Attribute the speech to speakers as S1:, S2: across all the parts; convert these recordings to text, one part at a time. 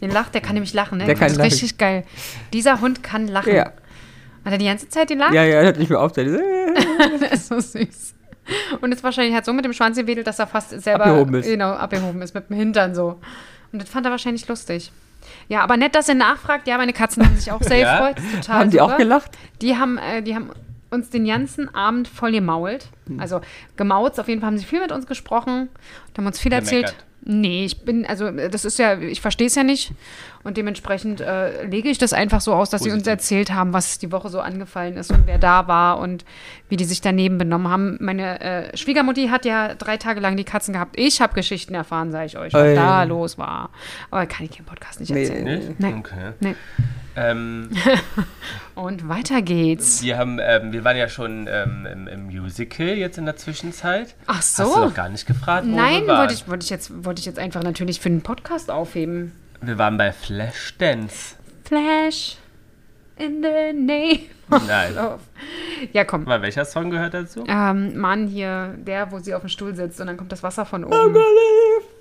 S1: Den lacht, der kann nämlich lachen, ne?
S2: Der
S1: Ich find
S2: kann
S1: das richtig geil. Dieser Hund kann lachen.
S2: Ja.
S1: Hat er die ganze Zeit den Lachen?
S2: Ja, ja, hört nicht mehr auf. Der ist-
S1: Der ist so süß. Und ist wahrscheinlich hat so mit dem Schwanz gewedelt, dass er fast selber
S2: Abgehoben ist.
S1: Genau, abgehoben ist, mit dem Hintern so. Und das fand er wahrscheinlich lustig. Ja, aber nett, dass er nachfragt. Ja, meine Katzen haben sich auch sehr
S2: Ja?
S1: gefreut. Das ist Total
S2: Haben die auch
S1: super.
S2: gelacht?
S1: Die haben, äh, die haben uns den ganzen Abend voll gemault. Also gemauzt, auf jeden Fall haben sie viel mit uns gesprochen und haben uns viel erzählt.
S3: Gemeckert.
S1: Nee, ich bin, also das ist ja, ich verstehe es ja nicht. Und dementsprechend äh, lege ich das einfach so aus, dass sie uns
S3: Positiv.
S1: erzählt haben, was die Woche so angefallen ist und wer da war und wie die sich daneben benommen haben. Meine äh, Schwiegermutti hat ja drei Tage lang die Katzen gehabt. Ich habe Geschichten erfahren, sage ich euch, was
S2: Ey.
S1: da los war. Aber kann ich im Podcast nicht
S2: Nee.
S1: erzählen.
S3: Nicht?
S1: Nee.
S3: Okay.
S1: Nee.
S3: Ähm,
S1: Und weiter geht's.
S3: wir, haben, ähm, wir waren ja schon ähm, im, im Musical jetzt in der Zwischenzeit.
S1: Ach so.
S3: Hast du noch gar nicht gefragt, wo
S1: Nein,
S3: wir waren?
S1: wollte ich, wollte ich, jetzt, wollte ich jetzt einfach natürlich für den Podcast aufheben.
S3: Wir waren bei Flashdance.
S1: Flash in the name
S3: Nein.
S1: of. Ja, komm.
S3: Mal, welcher Song gehört dazu?
S1: Ähm, Mann hier, der, wo sie auf dem Stuhl sitzt und dann kommt das Wasser von
S2: Oh
S1: oben.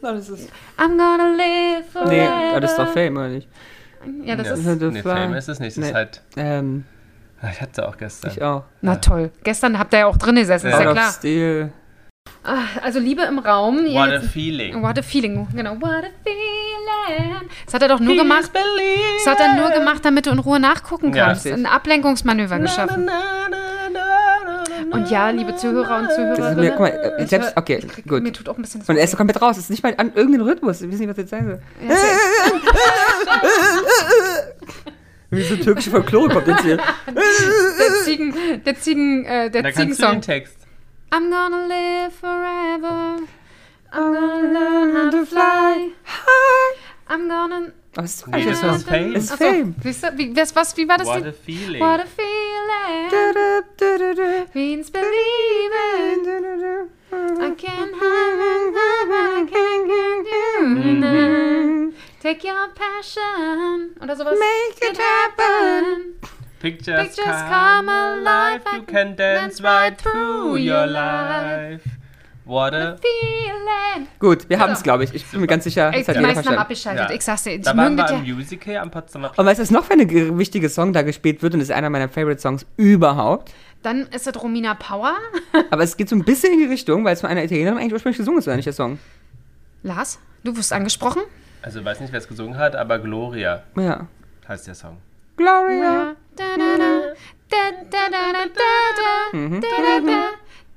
S2: Nein, das ist-
S1: I'm gonna live forever.
S2: Nee, ah, das ist doch Fame, oder nicht?
S1: Ja, das
S3: Ja.
S1: ist.
S2: The
S3: Nee,
S2: Fly.
S3: Fame ist es nicht. Das
S2: Nee.
S3: ist halt. Ah,
S2: Ähm,
S3: Ich hatte auch gestern.
S2: ich auch.
S1: Na toll. Gestern habt ihr ja auch drin gesessen, ist
S3: Ja.
S1: ja
S2: Out of
S1: klar.
S2: Steel.
S1: Also Liebe im Raum.
S3: What a
S1: Jetzt-
S3: feeling.
S1: What a feeling, genau. What a feeling. Das hat er doch nur gemacht. Das hat er nur gemacht, damit du in Ruhe nachgucken
S3: Ja,
S1: kannst.
S2: richtig.
S1: Ein Ablenkungsmanöver geschaffen. Und ja, liebe Zuhörer und
S2: Das ist
S1: Zuhörerinnen.
S2: mir, guck mal, äh,
S1: ich
S2: selbst,
S1: hör-
S2: okay,
S1: ich krieg, Mir
S2: gut.
S1: tut auch ein bisschen das
S2: Und er ist
S1: Problem.
S2: komplett raus. Es ist nicht mal an irgendeinen Rhythmus. Ich weiß nicht, was ich jetzt sagen soll. Wie so ein türkischer Folklore kommt jetzt hier.
S1: Der Ziegen, der Ziegen, äh, der
S3: Da kannst du
S1: Ziegensong.
S3: den Text.
S1: I'm gonna live forever. I'm gonna learn how to fly. I'm gonna.
S2: Aber es ist so
S3: Nee,
S2: nee,
S3: das war Fame.
S2: Es ist
S1: Achso,
S2: Fame.
S1: siehst du, wie, was, was, wie war das
S3: What
S1: Lied?
S3: a feeling.
S1: What a feeling. Means believing. I can have it, I can do
S3: Mhm.
S1: it. Take your passion. Oder sowas.
S2: Make it happen.
S3: Pictures,
S1: Pictures
S3: come
S1: come
S3: alive.
S1: alive,
S3: You can dance right through your life. What a
S1: Feeling.
S2: Gut, wir haben es, glaube ich. Ich bin mir ganz sicher,
S1: Ey,
S2: das hat
S1: die
S2: jeder
S1: meisten haben
S2: verstanden.
S1: abgeschaltet.
S3: Ja.
S1: Ich sag's dir, die
S3: Da
S1: mögen
S3: waren wir
S1: das ja.
S3: am Musical am Potsdamer
S2: Und was ist noch für ein ge- wichtiger Song da gespielt wird? Und das ist einer meiner Favorite-Songs überhaupt.
S1: Dann ist das Romina Power.
S2: Aber es geht so ein bisschen in die Richtung, weil es von einer Italienerin eigentlich ursprünglich gesungen ist, oder nicht, der Song?
S1: Lars, du wirst angesprochen.
S3: Also weiß nicht, wer es gesungen hat, aber Gloria
S2: Ja.
S3: heißt der Song.
S2: Gloria.
S1: Da, da, da. Da, da, da, da, da, da. Da, da, da.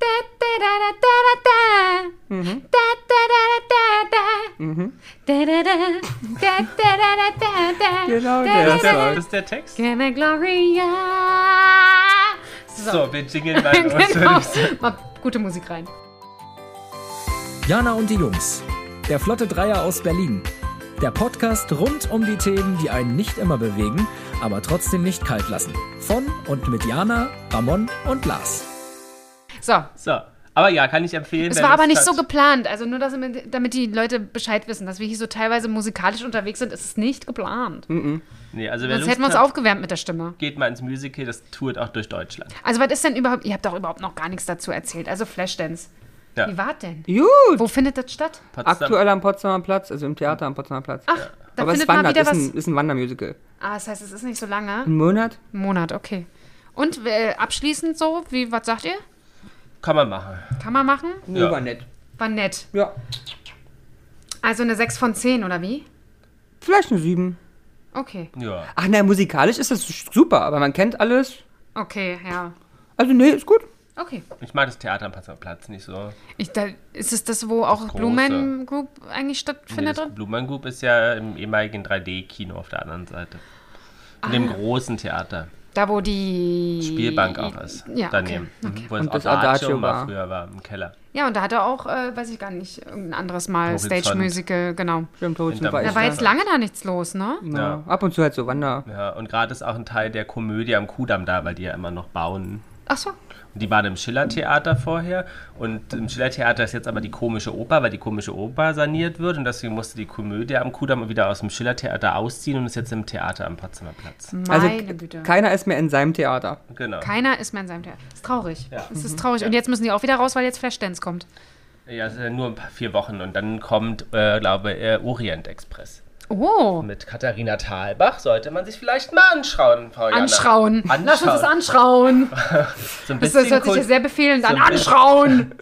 S1: Da, da, da, da, da, da, da. Da, da, da, da, da, da. Da, da, da. Da, da, da, da, da, da.
S2: Genau
S1: Da,
S2: der
S1: da,
S3: Das,
S1: da, da.
S2: Song.
S3: das ist der Text.
S1: Give me Gloria.
S3: So, wir jingeln mal los, würde
S1: genau.
S3: ich sagen.
S1: Mal gute Musik rein.
S4: Jana und die Jungs. Der Flotte Dreier aus Berlin. Der Podcast rund um die Themen, die einen nicht immer bewegen, aber trotzdem nicht kalt lassen. Von und mit Jana, Ramon und Lars.
S1: So,
S3: So, aber ja, kann ich empfehlen.
S1: Es
S3: wer
S1: war aber
S3: Lust
S1: nicht
S3: hat.
S1: so geplant. Also nur, dass, damit die Leute Bescheid wissen, dass wir hier so teilweise musikalisch unterwegs sind, ist es nicht geplant.
S3: Nee, also wer
S1: Sonst
S3: Lust
S1: hätten wir uns
S3: hat,
S1: aufgewärmt mit der Stimme.
S3: geht mal ins Musical, das tourt auch durch Deutschland.
S1: Also was ist denn überhaupt, ihr habt doch überhaupt noch gar nichts dazu erzählt. Also Flashdance.
S3: Ja.
S1: Wie war denn?
S2: Gut.
S1: Wo findet das statt?
S3: Potsdam-
S2: Aktuell am Potsdamer Platz, also im Theater am Potsdamer Platz.
S1: Ach, Ah, da
S2: Aber es
S1: findet mal
S2: wandert,
S1: wieder
S2: ist
S1: was.
S2: ein, ist ein Wandermusical.
S1: ah, das heißt, es ist nicht so lange.
S2: Ein Monat?
S1: Ein Monat, okay. Und äh, abschließend so, wie, was sagt ihr?
S3: Kann man machen.
S1: Kann man machen?
S2: Nee,
S3: Ja.
S2: war nett.
S1: War nett.
S2: Ja.
S1: Also eine 6 von 10, oder wie?
S2: Vielleicht eine 7.
S1: Okay,
S3: Ja.
S2: Ach na, musikalisch ist das super, aber man kennt alles.
S1: okay, ja.
S2: Also nee, ist gut.
S1: Okay.
S3: Ich mag das Theater am Potsdamer Platz nicht so.
S1: Ich, da, ist es das, wo auch
S3: große.
S1: Blue Man Group eigentlich
S3: Nee,
S1: stattfindet?
S3: das
S1: drin?
S3: Blumen Group ist ja im ehemaligen 3D-Kino auf der anderen Seite. In dem großen Theater.
S1: Da, wo Ah. die
S3: Spielbank auch ist.
S1: Ja,
S3: daneben.
S1: Okay.
S3: Mhm, Wo das
S2: Und das
S3: Adagio,
S2: Adagio
S3: mal
S2: war.
S3: früher war, im Keller.
S1: Ja, und da hat er auch, äh, weiß ich gar nicht, irgendein anderes Mal
S3: Horizont.
S1: Stage-Musical, genau.
S2: Stimmt, Horizont
S3: Hinterm ne?
S2: war
S3: Mond.
S1: Da
S2: echt
S1: war
S2: da.
S1: jetzt lange da nichts los, ne?
S3: Genau.
S2: Ja. Ab und zu halt so Wander.
S3: Ja, und gerade ist auch ein Teil der Komödie am Kudamm da, weil die ja immer noch bauen.
S1: Ach so.
S3: Und die waren im Schiller-Theater vorher und im Schiller-Theater ist jetzt aber die komische Oper, weil die komische Oper saniert wird und deswegen musste die Komödie am Kudamm wieder aus dem Schiller-Theater ausziehen und ist jetzt im Theater am Potsdamer Platz.
S1: Meine
S2: Also
S1: Güte.
S2: keiner ist mehr in seinem Theater.
S3: Genau.
S1: Keiner ist mehr in seinem Theater. Ist traurig.
S3: Ja.
S1: Es ist traurig. Und jetzt müssen die auch wieder raus, weil jetzt Flashdance kommt.
S3: Ja, es sind nur ein paar, vier Wochen und dann kommt, äh, glaube ich, äh, Orient Express.
S1: Oh,
S3: Mit Katharina Thalbach sollte man sich vielleicht mal anschauen, Frau Jana.
S1: anschrauen.
S3: Anschauen.
S1: Lass uns das anschrauen.
S3: So ein
S1: Das,
S3: bisschen,
S1: das hört sich ja
S3: Kult
S1: sehr befehlend an.
S3: so ein bisschen-
S1: Anschrauen!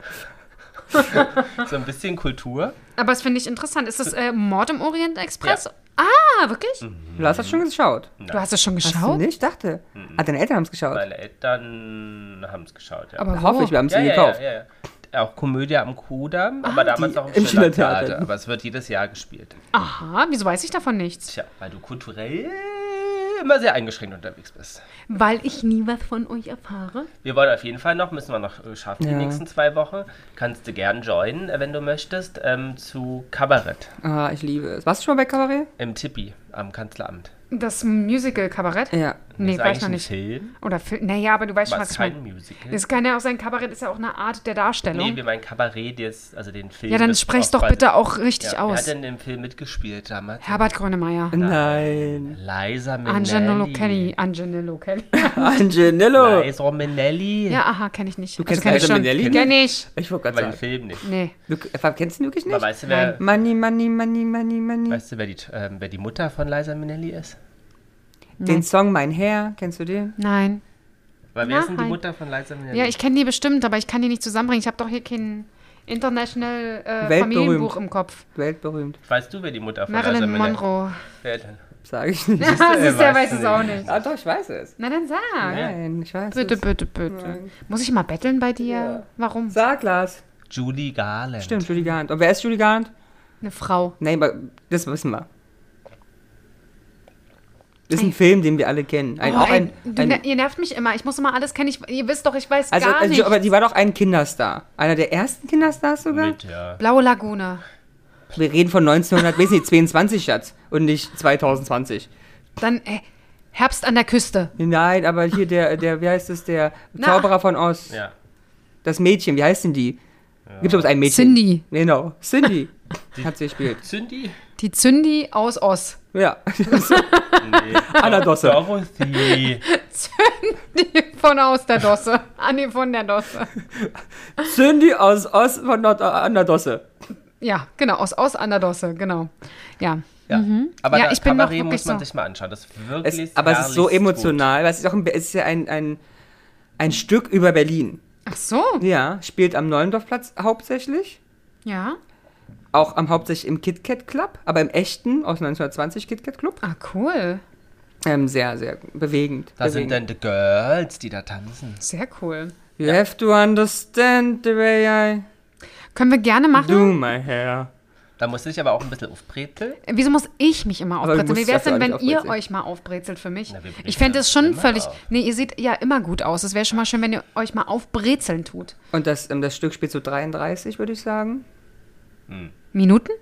S3: so ein bisschen Kultur.
S1: Aber das finde ich interessant. Ist das äh, Mord im Orient Express?
S3: Ja. Mhm,
S1: Ah, wirklich?
S2: Du hast das schon geschaut.
S1: Du hast es schon
S2: Hast du
S1: geschaut?
S2: nicht? Dachte.
S3: Mhm.
S2: Ah, deine Eltern haben es geschaut.
S3: Meine Eltern haben es geschaut, ja.
S1: Aber
S2: Hoffe ich, wir haben es
S3: ja,
S2: ihnen
S3: ja,
S2: gekauft.
S3: ja, ja, ja. Auch Komödie am Kudamm,
S1: Ah,
S3: aber damals
S2: die-
S3: auch
S2: im
S3: im
S2: Schillertheater.
S3: Schillertheater. Aber es wird jedes Jahr gespielt.
S1: Aha, wieso weiß ich davon nichts?
S3: Tja, weil du kulturell immer sehr eingeschränkt unterwegs bist.
S1: Weil ich nie was von euch erfahre.
S3: Wir wollen auf jeden Fall noch, müssen wir noch äh, schaffen
S2: Ja.
S3: die nächsten zwei Wochen. Kannst du gern joinen, äh, wenn du möchtest, ähm, zu Kabarett
S2: Ah, ich liebe es. Warst du schon mal bei Kabarett?
S3: im Tippi am Kanzleramt.
S1: Das Musical-Kabarett?
S2: Ja.
S1: Nee,
S3: ist
S1: weiß ich
S3: eigentlich
S1: noch
S3: ein
S1: nicht.
S3: Film,
S1: Oder Film. Naja, aber du weißt schon,
S3: was
S1: was ich
S3: kein
S1: meine.
S3: Musical.
S1: Es kann ja auch sein, Kabarett ist ja auch eine Art der Darstellung.
S3: nee, wir meinen Kabarett, des, also den Film.
S1: ja, dann
S3: des
S1: sprech's doch
S3: Off-
S1: bitte auch richtig
S3: ja, Wer
S1: aus.
S3: hat denn im Film mitgespielt damals?
S1: Herbert Grönemeyer.
S2: Nein.
S3: Liza Minnelli.
S1: Angelino Kelly. Angelino Kelly.
S2: Angelillo.
S3: Liza Minnelli.
S1: ja, aha, kenne ich nicht. Du
S2: kennst
S1: kenn ich
S2: Liza
S1: schon.
S2: Minnelli?
S1: Kenn ich.
S2: Ich wollte
S3: Aber den
S2: gerade sagen.
S3: Film nicht.
S1: Nee.
S2: Du, äh, kennst du ihn wirklich
S3: Aber
S2: nicht?
S3: weißt du, wer,
S2: Money, money, money, money, money.
S3: weißt du wer, die, ähm, wer die Mutter von Liza Minnelli ist?
S2: Den Song Mein Herr, kennst du den?
S1: Nein.
S3: Weil wer ist denn die
S1: Nein.
S3: Mutter von Liza Minnelli?
S1: Ja, ich kenne die bestimmt, aber ich kann die nicht zusammenbringen. Ich habe doch hier kein International äh,
S2: Weltberühmt.
S1: Familienbuch im Kopf.
S2: Weltberühmt,
S3: Weißt du, wer die Mutter von Liza
S1: Marilyn
S3: Minnelli
S1: Monroe.
S3: Wer denn?
S2: sage ich nicht.
S1: Ah, siehst du,
S3: er
S1: er
S3: weiß
S1: weiß es auch
S3: nicht.
S1: nicht.
S2: ah, doch, ich weiß es.
S1: Na dann sag.
S2: Nein, ich weiß
S1: Bitte,
S2: es.
S1: bitte, bitte. Muss ich mal betteln bei dir? Warum?
S2: Sag, Lars.
S3: Julie Garland.
S2: Stimmt, Julie Garland. Und wer ist Julie Garland?
S1: Eine Frau.
S2: Nein, aber das wissen wir. Das ist ein Film, den wir alle kennen. Ein,
S1: Oh,
S2: auch ein,
S1: ey, du,
S2: ein,
S1: ner- ihr nervt mich immer. Ich muss immer alles kennen. Ich, ihr wisst doch, ich weiß
S2: also,
S1: gar
S2: also,
S1: nicht.
S2: aber die war doch ein Kinderstar. Einer der ersten Kinderstars sogar.
S3: Mit, ja.
S1: Blaue Lagune.
S2: Wir reden von 1922, Schatz. Und nicht 2020.
S1: Dann äh, Herbst an der Küste.
S2: Nein, aber hier der, der wie heißt es, der
S1: Na.
S2: Zauberer von Oz.
S3: ja.
S2: Das Mädchen, wie heißt denn die? Gibt es ein Mädchen?
S1: Cindy.
S2: Genau, Cindy. Hat sie gespielt.
S3: Cindy?
S1: Die Zündi aus Oss.
S2: Ja.
S3: Nee.
S2: Anadosse.
S3: Dorothy.
S1: Die von aus der Dosse. Ah, nee, von der Dosse.
S2: Cindy aus Ost von Nord äh, an der Dosse.
S1: Ja, genau. Aus Aus an der Dosse. Genau. Ja.
S3: Ja. Aber
S1: Mhm. Ja,
S3: da,
S1: ich bin noch
S3: Kabarett
S1: wirklich
S3: muss man
S1: so-
S3: sich mal anschauen. Das ist wirklich
S2: Es, aber es ist so
S3: herrlichst
S2: emotional, weil es ist, auch ein, es ist ja ein, ein, ein Stück über Berlin.
S1: Ach so.
S2: Ja, spielt am Neuendorfplatz hauptsächlich.
S1: Ja.
S2: Auch am hauptsächlich im Kit Kat Club, aber im echten aus 1920 Kit Kat Club.
S1: Ah, cool.
S2: Ähm, sehr, sehr bewegend.
S3: Gut. Da sind
S2: bewegend.
S3: dann die Girls, die da tanzen.
S1: Sehr cool.
S2: You have to understand the way I
S1: Können wir gerne machen.
S2: do
S3: Hm.
S2: my hair.
S3: Da musst du dich aber auch ein bisschen aufbrezeln.
S1: Äh, Wieso muss ich mich immer
S2: Aber du
S1: aufbrezeln? Wie
S2: musst
S1: wäre es
S2: dafür
S1: denn, wenn
S2: auch nicht
S1: ihr
S2: aufbrezeln.
S1: euch mal aufbrezelt für mich?
S3: Na, wir brezeln
S1: ich fände es schon
S3: immer
S1: völlig.
S3: auf.
S1: Nee, ihr seht ja immer gut aus. Es wäre schon mal schön, wenn ihr euch mal aufbrezeln tut.
S2: Und das, ähm, das Stück spielt so 33, würde ich sagen.
S1: Minuten?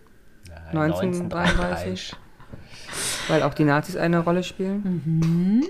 S3: Ja,
S2: 1933. Weil auch die Nazis eine Rolle
S3: Hm.
S2: spielen.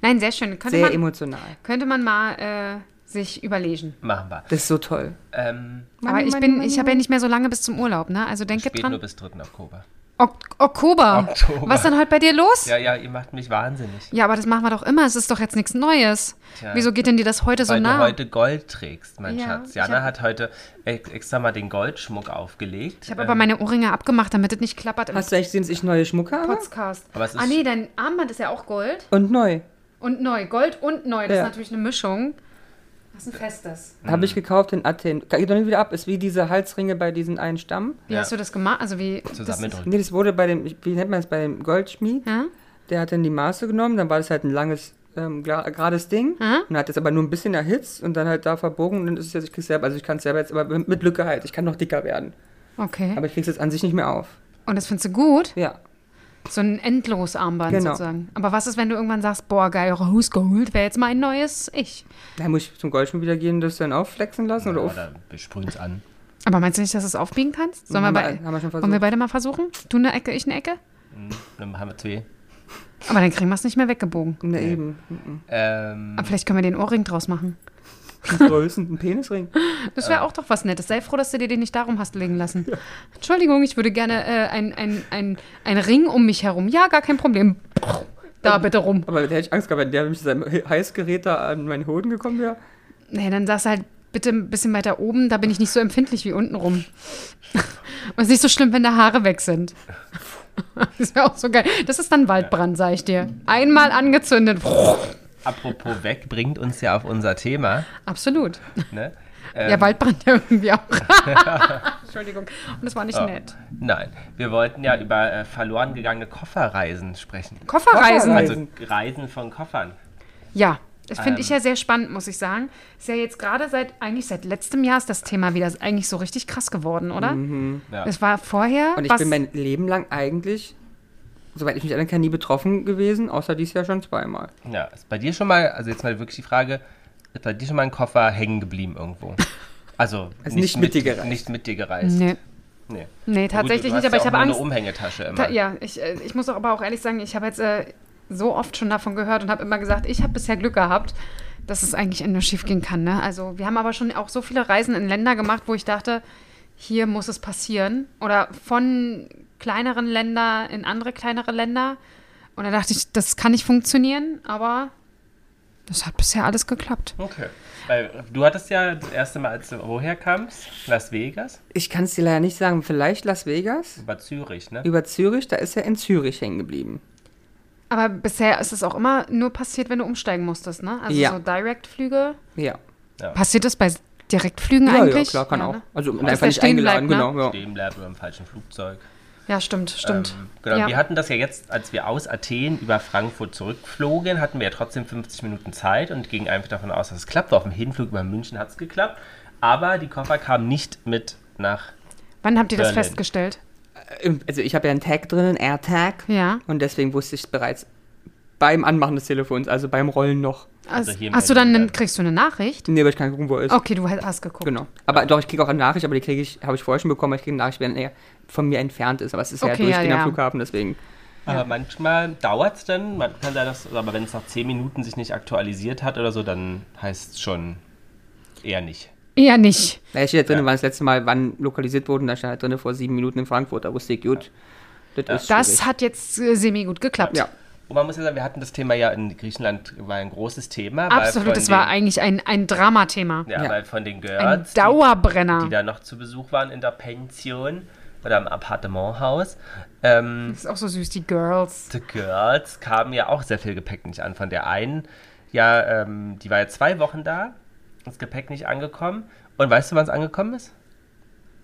S1: Nein, sehr schön. Könnte,
S2: Sehr
S1: man,
S2: emotional.
S1: könnte man mal äh, sich überlegen.
S3: Machen wir.
S2: Das ist so toll.
S3: Ähm,
S1: Aber ich bin, ich habe ja nicht mehr so lange bis zum Urlaub, ne? Also denke
S3: spät nur
S1: dran.
S3: bis 3. Oktober.
S1: Ok Oktober.
S3: Oktober.
S1: Was ist denn heute bei dir los? Ja.
S3: Ja, ja, ihr macht mich wahnsinnig.
S1: aber das machen wir doch immer. Es ist doch jetzt nichts Neues.
S3: Tja.
S1: Wieso geht denn dir das heute so
S3: Weil
S1: nah?
S3: du heute Gold trägst, mein
S1: Ja,
S3: Schatz.
S1: ich
S3: Jana
S1: hab-
S3: hat heute ex- extra mal den Goldschmuck aufgelegt.
S1: ich habe aber meine Ohrringe abgemacht, damit es nicht klappert im
S2: Hast du eigentlich gesehen, dass ich neue Schmuck habe?
S1: Podcast.
S3: Aber es ist-
S1: ah nee, dein Armband ist ja auch Gold.
S2: Und neu.
S1: Und neu, Gold und neu, das
S2: Ja.
S1: ist natürlich eine Mischung. Das ist ein festes.
S2: Habe
S3: Hm.
S2: ich gekauft in Athen. Geht doch nicht wieder ab. Ist wie diese Halsringe bei diesem einen Stamm.
S1: Wie
S3: Ja.
S1: hast du das gemacht? Also wie
S3: zusammendrücken.
S2: Nee, das wurde bei dem, wie nennt man das, bei dem Goldschmied.
S1: Das, ja?
S2: Der hat dann die Maße genommen, dann war das halt ein langes, ähm, gra- gerades Ding.
S1: Aha.
S2: Und hat das aber nur ein bisschen erhitzt und dann halt da verbogen. Und dann ist es jetzt, ich krieg's selber, also ich kann es selber jetzt, aber mit Lücke halt. Ich kann noch dicker werden.
S1: Okay.
S2: Aber ich krieg's jetzt an sich nicht mehr auf.
S1: Und das findest du gut?
S2: Ja.
S1: So ein endlos Armband
S2: Genau.
S1: sozusagen. Aber was ist, wenn du irgendwann sagst, boah, geil, rausgeholt, wäre jetzt mal ein neues Ich.
S2: Dann muss ich zum Goldschmied wieder gehen, das dann aufflexen lassen oder auf.
S3: Oder wir sprühen es an.
S1: Aber meinst du nicht, dass du es aufbiegen kannst? Sollen wir,
S2: Haben
S1: bei,
S2: wir- haben wir
S1: wollen
S2: schon
S1: wir
S2: versucht.
S1: beide mal versuchen? Du eine Ecke, ich eine Ecke?
S3: Dann haben wir zwei.
S1: Aber dann kriegen wir es nicht mehr weggebogen.
S2: Ne, eben.
S3: Ähm,
S1: Aber vielleicht können wir den Ohrring draus machen.
S2: Größen, ein Penisring.
S1: Das wäre auch doch was Nettes. Sei froh, dass du dir den nicht darum hast legen lassen. Entschuldigung, ich würde gerne äh, ein, ein, ein, ein Ring um mich herum. Ja, gar kein Problem. Da bitte rum.
S2: Aber da hätte ich Angst gehabt, wenn der mit seinem Heißgerät da an meinen Hoden gekommen wäre.
S1: Nee, dann sagst du halt bitte ein bisschen weiter oben, da bin ich nicht so empfindlich wie unten rum. Und es ist nicht so schlimm, wenn da Haare weg sind. Das ist ja auch so geil. Das ist dann Waldbrand, sag ich dir. Einmal angezündet.
S3: Apropos weg, bringt uns ja auf unser Thema.
S1: Absolut.
S3: Ne?
S1: ja, Waldbrand ja irgendwie auch. Entschuldigung. Und das war
S3: Ah.
S1: nicht nett.
S3: Nein, wir wollten ja über äh, verloren gegangene Kofferreisen sprechen.
S1: Kofferreisen.
S2: Kofferreisen.
S3: Also Reisen von Koffern.
S1: Ja, das finde ich ja sehr spannend, muss ich sagen. Ist ja jetzt gerade seit, eigentlich seit letztem Jahr ist das Thema wieder ist eigentlich so richtig krass geworden, oder?
S3: Ja.
S1: Es war vorher.
S2: Und ich
S1: was,
S2: bin mein Leben lang eigentlich, soweit ich mich erinnere, nie betroffen gewesen, außer dies Jahr schon zweimal.
S3: Ja, ist bei dir schon mal, also jetzt mal wirklich die Frage, ist bei dir schon mal ein Koffer hängen geblieben irgendwo? Also,
S2: Also nicht mit dir gereist.
S3: Nicht mit dir gereist.
S1: nee,
S3: Nee.
S1: nee
S3: Na gut,
S1: tatsächlich
S3: du hast
S1: nicht, aber
S3: ja
S1: ich habe
S3: auch
S1: Angst.
S3: nur eine Umhängetasche immer.
S1: Ta- Ja, ich, äh, ich muss auch aber auch ehrlich sagen, ich habe jetzt äh, so oft schon davon gehört und habe immer gesagt, ich habe bisher Glück gehabt, dass es eigentlich nur schief gehen kann. Ne? Also wir haben aber schon auch so viele Reisen in Länder gemacht, wo ich dachte, hier muss es passieren. Oder von kleineren Länder in andere kleinere Länder. Und da dachte ich, das kann nicht funktionieren, aber das hat bisher alles geklappt.
S3: Okay. Weil du hattest ja das erste Mal, als du woher kamst, Las Vegas,
S2: Ich kann es dir leider nicht sagen, vielleicht Las Vegas?
S3: über Zürich, ne?
S2: Über Zürich, da ist er in Zürich hängen geblieben.
S1: Aber bisher ist es auch immer nur passiert, wenn du umsteigen musstest, ne? Also
S2: Ja.
S1: so Direktflüge.
S2: Ja.
S1: Passiert das bei Direktflügen
S2: Ja, ja,
S1: eigentlich?
S2: klar, kann auch.
S1: ne?
S2: Also und
S1: Dass
S2: einfach
S1: der
S2: nicht
S1: stehen
S2: eingeladen,
S1: bleibt, ne?
S2: genau. Ja.
S3: Stehen bleibt oder im falschen Flugzeug.
S1: Ja, stimmt, stimmt.
S3: Ähm, genau,
S1: ja.
S3: wir hatten das ja jetzt, als wir aus Athen über Frankfurt zurückflogen, hatten wir ja trotzdem 50 Minuten Zeit und gingen einfach davon aus, dass es klappt. Auf dem Hinflug über München hat es geklappt, aber die Koffer kamen nicht mit nach.
S1: Wann habt ihr das
S3: Berlin.
S1: festgestellt?
S2: Ähm, Also ich habe ja einen Tag drin, einen AirTag.
S1: Ja.
S2: Und deswegen wusste ich es bereits beim Anmachen des Telefons, also beim Rollen noch.
S1: Also
S3: hier im
S1: hast du dann,
S3: Berlin,
S1: einen- kriegst du eine Nachricht?
S2: Nee, weil ich kann gucken, wo er ist.
S1: Okay, du hast geguckt.
S2: Genau. Aber doch, ich kriege auch eine Nachricht, aber die kriege ich, habe ich vorher schon bekommen, weil ich kriege eine Nachricht, wenn er von mir entfernt ist. Aber es ist ja
S1: Okay,
S2: durchgehend
S1: ja, ja.
S2: am Flughafen, deswegen.
S3: Aber manchmal dauert es dann, man kann da das, aber wenn es nach 10 Minuten sich nicht aktualisiert hat oder so, dann heißt es schon eher nicht.
S1: Eher nicht.
S2: Da steht ja drin,
S3: Ja.
S2: wann das letzte Mal, wann lokalisiert wurde, und da stand halt drin, vor sieben Minuten in Frankfurt. Da wusste ich, gut, das ist
S1: Das
S2: schwierig.
S1: hat jetzt äh, semi gut geklappt.
S2: Ja.
S3: Und man muss ja sagen, wir hatten das Thema ja in Griechenland, war ein großes Thema. weil von
S1: Absolut, das war
S3: den-
S1: eigentlich ein, ein Dramathema.
S3: Ja,
S2: Ja.
S3: weil von den
S1: Ein
S3: Girls, die
S1: Dauerbrenner.
S3: die da noch zu Besuch waren in der Pension oder im Appartementhaus. Ähm,
S1: das ist auch so süß, die Girls.
S3: The Girls kamen ja auch sehr viel Gepäck nicht an. Von der einen, ja, ähm, die war ja zwei Wochen da, das Gepäck nicht angekommen. Und weißt du, wann es angekommen ist?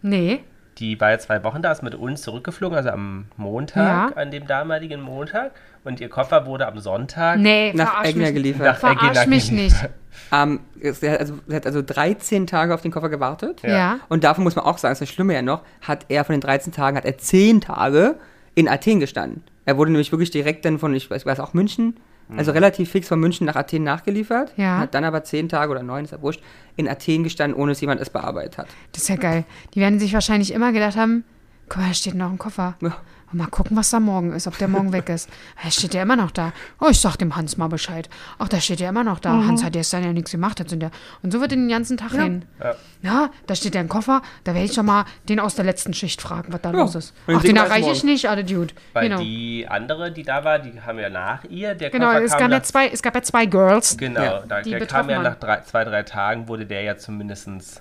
S1: Nee.
S3: Die war ja zwei Wochen da, ist mit uns zurückgeflogen, also am Montag,
S1: Ja.
S3: an dem damaligen Montag. Und ihr Koffer wurde am Sonntag
S1: Nee,
S2: Nach
S1: verarsch
S2: Egner
S1: mich. nicht.
S2: geliefert.
S3: Nach Egner
S1: Verarsch mich nicht.
S3: geliefert.
S2: Ähm, es- er, hat also, er hat also 13 Tage auf den Koffer gewartet.
S1: Ja. Ja.
S2: Und davon muss man auch sagen, das ist das Schlimme ja noch, hat er von den 13 Tagen, hat er 10 Tage in Athen gestanden. Er wurde nämlich wirklich direkt dann von, ich weiß, weiß auch München, also relativ fix von München nach Athen nachgeliefert.
S1: Mhm. Ja.
S2: Hat dann aber 10 Tage oder 9, ist ja wurscht, in Athen gestanden, ohne dass jemand es bearbeitet hat.
S1: Das ist ja geil. Die werden sich wahrscheinlich immer gedacht haben, guck mal, da steht noch ein Koffer.
S2: Ja.
S1: Und mal gucken, was da morgen ist, ob der morgen weg ist. Er steht ja immer noch da. Oh, ich sag dem Hans mal Bescheid. Ach, da steht ja immer noch da.
S2: Mhm.
S1: Hans hat gestern ja nichts gemacht. Jetzt sind ja. Und so wird er den ganzen Tag hin. Ja. da steht ja ein Koffer. Da werde ich schon mal den aus der letzten Schicht fragen, was da los ist.
S2: Und den
S1: Ach, den
S2: sehen wir erst
S1: erreiche ich
S2: morgen.
S1: nicht, alle Dude.
S3: Weil
S1: genau,
S3: die andere, die da war, die haben ja nach ihr. Der
S1: genau
S3: Koffer
S1: es,
S3: kam
S1: gab
S3: nach
S1: ja zwei, es gab ja zwei Girls.
S3: Genau,
S2: Ja,
S3: da,
S1: die
S3: der kam
S1: betroffen
S3: ja
S1: waren.
S3: nach drei, zwei, drei Tagen, wurde der ja zumindestens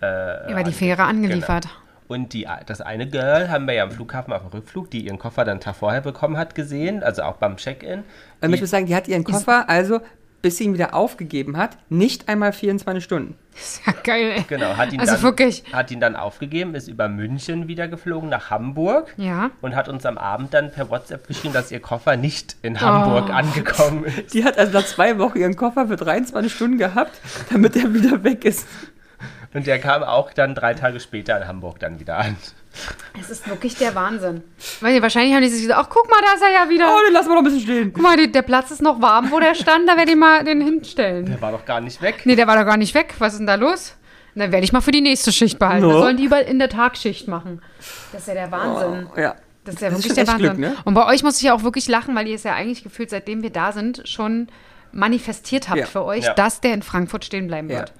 S3: äh,
S1: Über die
S3: ange-
S1: Fähre angeliefert.
S3: Genau. Und die, das eine Girl haben wir ja am Flughafen auf dem Rückflug, die ihren Koffer dann einen Tag vorher bekommen hat, gesehen, also auch beim Check-in.
S2: Und ich muss sagen, die hat ihren Koffer also, bis sie ihn wieder aufgegeben hat, nicht einmal 24 Stunden.
S1: Das ist ja geil, ey.
S3: Genau, hat ihn,
S1: Also
S3: dann,
S1: wirklich.
S3: hat ihn dann aufgegeben, ist über München wieder geflogen nach Hamburg
S1: Ja.
S3: und hat uns am Abend dann per WhatsApp geschrieben, dass ihr Koffer nicht in
S1: Oh.
S3: Hamburg angekommen ist.
S2: Die hat also nach zwei Wochen ihren Koffer für 23 Stunden gehabt, damit er wieder weg ist.
S3: Und der kam auch dann drei Tage später in Hamburg dann wieder an.
S1: Es ist wirklich der Wahnsinn. Weil wahrscheinlich haben die sich gesagt, ach, guck mal, da ist er ja wieder.
S2: Oh, den lassen wir noch ein bisschen stehen.
S1: Guck mal, die, der Platz ist noch warm, wo der stand, da werde ich mal den hinstellen.
S3: Der war doch gar nicht weg.
S1: Nee, der war da gar nicht weg. Was ist denn da los? Dann werde ich mal für die nächste Schicht behalten.
S2: No.
S1: Das sollen die überall in der Tagschicht machen. Das ist ja der Wahnsinn.
S2: Ja.
S1: Also, Das ist ja
S2: Oh. Das ist
S1: wirklich
S2: schon
S1: der
S2: echt
S1: Wahnsinn.
S2: Glück, ne?
S1: Und bei euch muss ich ja auch wirklich lachen, weil ihr es ja eigentlich gefühlt, seitdem wir da sind, schon manifestiert habt
S2: Ja.
S1: für euch,
S3: Ja.
S1: dass der in Frankfurt stehen bleiben
S2: Ja.
S1: wird.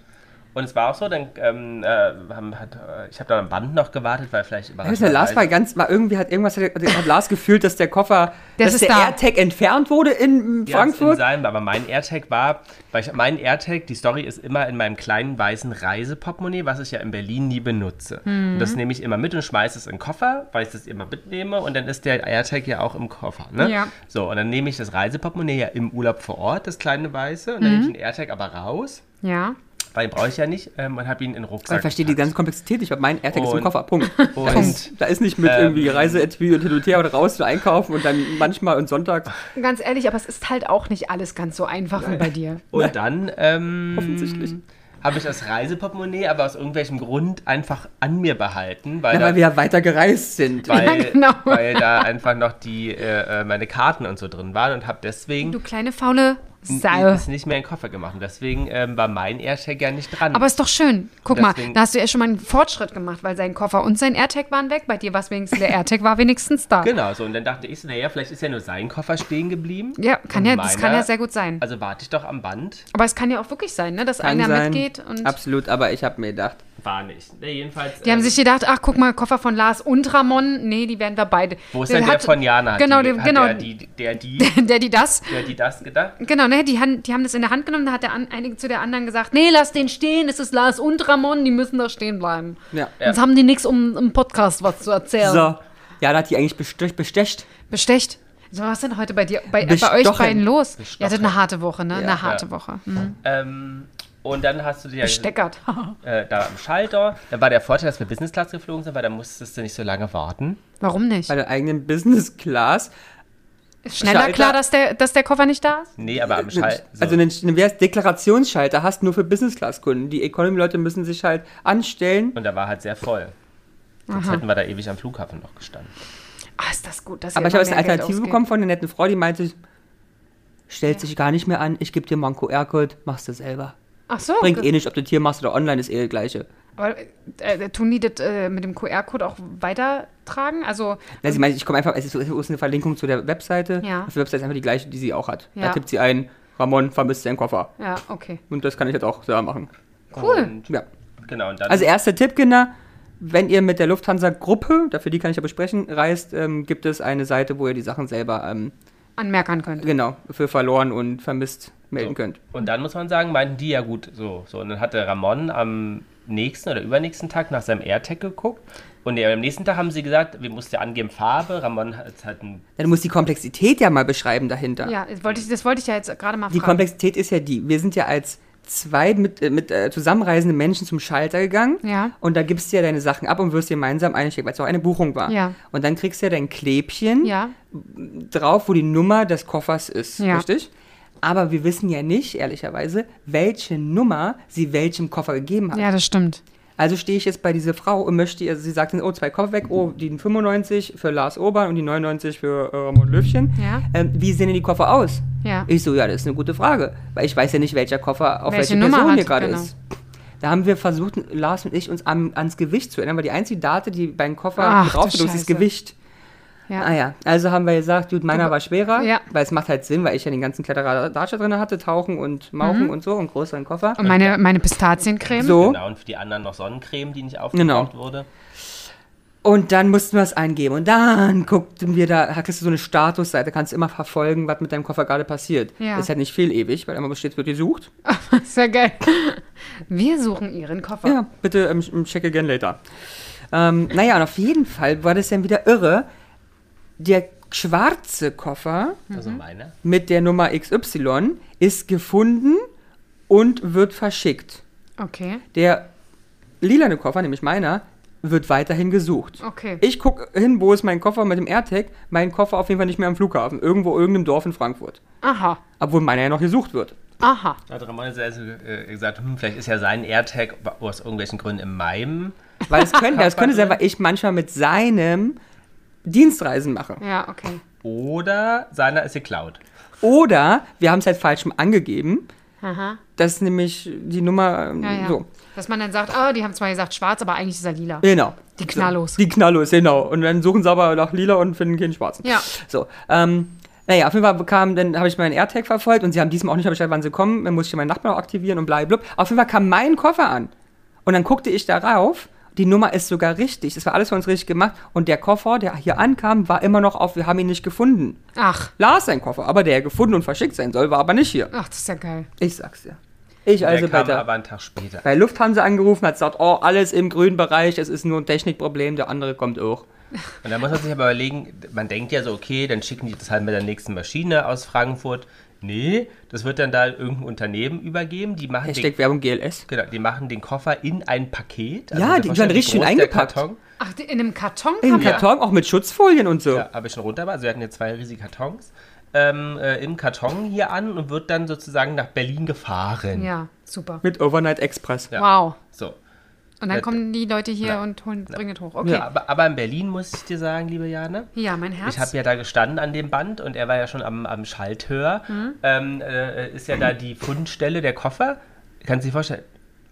S3: Und es war auch so, dann ähm, äh, haben, hat, äh, ich habe dann am Band noch gewartet, weil vielleicht
S2: Ich weiß nicht, Lars war ganz, war irgendwie hat irgendwas hat, hat Lars gefühlt, dass der Koffer,
S1: Das
S2: dass
S1: ist
S2: der
S1: da.
S2: AirTag entfernt wurde in
S3: Ja, es In
S2: Frankfurt.
S3: seinem, aber mein AirTag war, weil ich mein AirTag, die Story ist immer in meinem kleinen weißen Reiseportemonnaie, was ich ja in Berlin nie benutze.
S2: Hm.
S3: Und das nehme ich immer mit und schmeiße es in den Koffer, weil ich das immer mitnehme und dann ist der AirTag ja auch im Koffer. Ne?
S1: Ja.
S3: So, und dann nehme ich das Reiseportemonnaie ja im Urlaub vor Ort, das kleine weiße, und dann
S2: Mhm.
S3: nehme ich den AirTag aber raus,
S1: Ja.
S3: weil den brauche ich ja nicht, ähm, und habe ihn in den Rucksack.
S2: ich verstehe die
S3: gepackt.
S2: ganze Komplexität nicht, weil mein AirTag ist
S3: Und-
S2: im Koffer, Punkt. Da
S3: und- ähm,
S2: ist, da ist nicht mit irgendwie Reiseetui und hin und her und raus und einkaufen und dann manchmal und sonntags.
S1: Ganz ehrlich, aber es ist halt auch nicht alles ganz so einfach wie bei dir.
S3: Und dann ähm,
S2: Offensichtlich.
S3: habe ich das Reiseportemonnaie aber aus irgendwelchem Grund einfach an mir behalten, weil,
S2: Ja,
S3: da-
S2: weil wir ja weiter gereist sind.
S3: weil,
S1: Ja, genau.
S3: weil da einfach noch die äh, äh, meine Karten und so drin waren und habe deswegen
S1: Du kleine faule Sau.
S3: es nicht mehr in den Koffer gemacht. Und deswegen ähm, war mein AirTag ja nicht dran.
S1: Aber ist doch schön. Guck mal,
S3: Deswegen-
S1: da hast du ja schon mal einen Fortschritt gemacht, weil sein Koffer und sein AirTag waren weg. Bei dir war es wenigstens, der AirTag war wenigstens da.
S3: genau so. Und dann dachte ich so, naja, vielleicht ist ja nur sein Koffer stehen geblieben.
S1: Ja, kann ja,
S3: Und
S1: das
S3: meiner-
S1: kann ja sehr gut sein.
S3: Also warte ich doch am Band.
S1: Aber es kann ja auch wirklich sein, ne, dass
S2: Kann
S1: einer
S2: sein.
S1: mitgeht und
S2: Absolut, aber ich habe mir gedacht,
S3: War nicht. Ne, jedenfalls.
S1: die haben
S3: ähm,
S1: sich gedacht, ach guck mal, Koffer von Lars und Ramon, nee, die werden wir beide. Äh,
S3: wo ist denn der
S1: hat-
S3: von Jana? Hat
S1: Genau,
S3: die,
S1: der,
S3: hat
S1: genau,
S3: Der, die, der, die,
S1: der die das.
S3: der, die das gedacht?
S1: Genau, ne, die, han- die haben das in der Hand genommen, da hat der an, einige zu der anderen gesagt, nee, lass den stehen, es ist Lars und Ramon, die müssen da stehen bleiben.
S2: ja.
S1: Sonst haben die nichts, um im Podcast was zu erzählen.
S2: So. Ja, da hat die eigentlich bestecht. bestecht.
S1: Bestecht. So, was ist denn heute bei dir, bei, äh, bei euch
S2: Bestochen.
S1: beiden los?
S3: Bestochen.
S1: Ihr hattet eine harte Woche, ne? eine harte
S3: Ja.
S1: Woche. Mhm.
S3: Ähm, und dann hast du dir
S1: Besteckert.
S3: äh, da am Schalter. Dann war der Vorteil, dass wir Business Class geflogen sind, weil da musstest du nicht so lange warten.
S1: Warum nicht?
S2: Bei der eigenen Business Class.
S1: Ist schneller
S2: Schalter-
S1: klar, dass der, dass der Koffer nicht da ist?
S3: Nee, aber am Schalter.
S2: Also einen, einen, einen Deklarationsschalter hast du nur für Business Class Kunden. Die Economy Leute müssen sich halt anstellen.
S3: und da war halt sehr voll. Sonst hätten wir da ewig am Flughafen noch gestanden.
S1: Ah, ist das gut. Dass ihr
S2: Aber ich
S1: immer
S2: habe jetzt eine
S1: mehr Geld
S2: Alternative
S1: ausgebt.
S2: bekommen von einer netten Frau, die meinte, stellt sich gar nicht mehr an, ich gebe dir mal einen QR-Code, machst du selber.
S1: Ach so.
S2: Bringt
S1: ge-
S2: eh nicht, ob du Tier machst oder online, ist eh das gleiche.
S1: aber äh, tun die das äh, mit dem QR-Code auch weitertragen? Also,
S2: Ja, sie meinte, ich komme einfach, es ist, es ist eine Verlinkung zu der Webseite.
S1: Ja.
S2: Auf der Webseite ist einfach die gleiche, die sie auch hat.
S1: Ja.
S2: Da tippt sie ein, Ramon vermisst seinen Koffer.
S1: ja, okay.
S2: Und das kann ich jetzt auch selber machen.
S1: Cool.
S3: Und,
S2: Ja.
S3: genau, und dann
S2: Also erster Tipp, Kinder, wenn ihr mit der Lufthansa-Gruppe, dafür die kann ich ja besprechen, reist, ähm, gibt es eine Seite, wo ihr die Sachen selber, ähm,
S1: Anmerkern könnt.
S2: genau, für verloren und vermisst melden könnt.
S3: Und dann muss man sagen, meinten die ja gut so. so. Und dann hatte Ramon am nächsten oder übernächsten Tag nach seinem AirTag geguckt. Und am nächsten Tag haben sie gesagt, wir mussten angeben Farbe. Ramon hat, hat ein
S2: Dann muss die Komplexität ja mal beschreiben dahinter.
S1: Ja, das wollte ich, das wollte ich ja jetzt gerade mal
S2: Die
S1: fragen.
S2: Komplexität ist ja die, wir sind ja als zwei mit, äh, mit äh, zusammenreisenden Menschen zum Schalter gegangen
S1: Ja.
S2: und da gibst du ja deine Sachen ab und wirst gemeinsam einstecken, weil es auch eine Buchung war.
S1: Ja.
S2: Und dann kriegst du ja dein Klebchen
S1: Ja,
S2: drauf, wo die Nummer des Koffers ist,
S1: Ja.
S2: richtig? Aber wir wissen ja nicht, ehrlicherweise, welche Nummer sie welchem Koffer gegeben hat.
S1: ja, das stimmt.
S2: Also stehe ich jetzt bei dieser Frau und möchte ihr, also sie sagt, oh, zwei Koffer weg, oh, die 95 für Lars Obern und die 99 für äh, Ramon Löwchen.
S1: Ja.
S2: Ähm, wie sehen denn die Koffer aus?
S1: Ja.
S2: Ich so, ja, das ist eine gute Frage, weil ich weiß ja nicht, welcher Koffer auf
S1: Welche
S2: welche,
S1: Nummer
S2: Person
S1: hat,
S2: hier gerade
S1: genau.
S2: ist. Da haben wir versucht, Lars und ich, uns am, ans Gewicht zu erinnern, weil die einzige Date, die beim Koffer
S1: Ach,
S2: mit
S1: du
S2: drauf ist, ist das
S1: Scheiße.
S2: Gewicht.
S1: Ja.
S2: Ah ja, also haben wir gesagt, gut, meiner war schwerer,
S1: Ja.
S2: weil es macht halt Sinn, weil ich ja den ganzen Kletteradatsch drin hatte, Tauchen und Mauchen
S1: Mhm.
S2: und so und größeren Koffer.
S1: Und meine, meine Pistaziencreme?
S2: So,
S3: genau, und für die anderen noch Sonnencreme, die nicht aufgebraucht
S2: Genau.
S3: wurde.
S2: und dann mussten wir es eingeben. Und dann guckten wir da, da kriegst du so eine Statusseite, kannst immer verfolgen, was mit deinem Koffer gerade passiert.
S1: Ja.
S2: Das ist halt nicht viel ewig, weil immer steht, wird gesucht.
S1: Sehr geil. Wir suchen ihren Koffer.
S2: Ja, bitte ähm, sch- check again later. Ähm, naja, und auf jeden Fall war das dann wieder irre. Der schwarze Koffer
S3: Also meine.
S2: mit der Nummer XY ist gefunden und wird verschickt.
S1: Okay,
S2: Der lilane Koffer, nämlich meiner, wird weiterhin gesucht.
S1: okay.
S2: Ich gucke hin, wo ist mein Koffer mit dem AirTag? Mein Koffer auf jeden Fall nicht mehr am Flughafen. Irgendwo, irgendeinem Dorf in Frankfurt.
S1: Aha,
S2: Obwohl meiner ja noch gesucht wird.
S1: aha.
S3: Da hat Ramon also, äh, gesagt, hm, vielleicht ist ja sein AirTag aus irgendwelchen Gründen in meinem.
S2: Weil es könnte, es könnte sein, weil ich manchmal mit seinem Dienstreisen mache.
S1: Ja, okay.
S3: Oder seiner ist geklaut.
S2: Oder wir haben es halt falsch angegeben.
S1: Aha,
S2: Das ist nämlich die Nummer ähm,
S1: ja, ja.
S2: so.
S1: Dass man dann sagt, ah, die haben zwar gesagt schwarz, aber eigentlich ist er lila.
S2: Genau.
S1: Die Knallos.
S2: Die Knallos, genau. Und dann suchen sie aber nach Lila und finden keinen Schwarzen.
S1: Ja.
S2: So. Ähm, Naja, auf jeden Fall kam, dann habe ich meinen AirTag verfolgt und sie haben diesmal auch nicht mehr Bescheid, wann sie kommen. Dann musste ich meinen Nachbarn auch aktivieren und blablabla. Auf jeden Fall kam mein Koffer an. Und dann guckte ich darauf, die Nummer ist sogar richtig. Das war alles von uns richtig gemacht. Und der Koffer, der hier ankam, war immer noch auf, wir haben ihn nicht gefunden.
S1: Ach,
S2: Lars sein Koffer, aber der gefunden und verschickt sein soll, war aber nicht hier.
S1: ach, das ist ja geil.
S2: Ich sag's dir. Ich also
S3: der kam
S2: bei, der,
S3: aber einen Tag später.
S2: bei Lufthansa angerufen, hat gesagt, oh, alles im grünen Bereich, es ist nur ein Technikproblem, der andere kommt auch.
S3: Und da muss man sich aber überlegen, man denkt ja so, okay, dann schicken die das halt mit der nächsten Maschine aus Frankfurt. Nee, das wird dann da irgendein Unternehmen übergeben. Die machen, den,
S2: Hashtag Werbung GLS.
S3: genau, die machen den Koffer in ein Paket. Also
S2: Ja,
S3: muss
S2: die-
S3: ihr
S2: die waren
S3: vorstellen, wie
S2: richtig schön
S3: groß der
S2: eingepackt.
S3: Karton-
S1: Ach, die- in einem Karton
S2: In
S1: kam der-
S2: Karton, auch mit Schutzfolien und so.
S3: Ja, habe ich schon runter. Also wir hatten hier zwei riesige Kartons ähm, äh, im Karton hier an und wird dann sozusagen nach Berlin gefahren.
S1: Ja, super.
S2: Mit Overnight Express.
S3: Ja.
S1: Wow.
S3: So.
S1: Und
S2: Äh,
S1: dann
S3: Ja,
S1: kommen die Leute hier
S3: na,
S1: und holen, bringen es hoch. Okay.
S3: Ja,
S1: Ja,
S3: aber, aber in Berlin muss ich dir sagen, liebe Jane,
S1: mein Herz.
S3: ich habe ja da gestanden an dem Band und er war ja schon am, am Schalthör.
S1: Mhm.
S3: Ähm, äh, ist ja da die Fundstelle der Koffer. Kannst du dir vorstellen?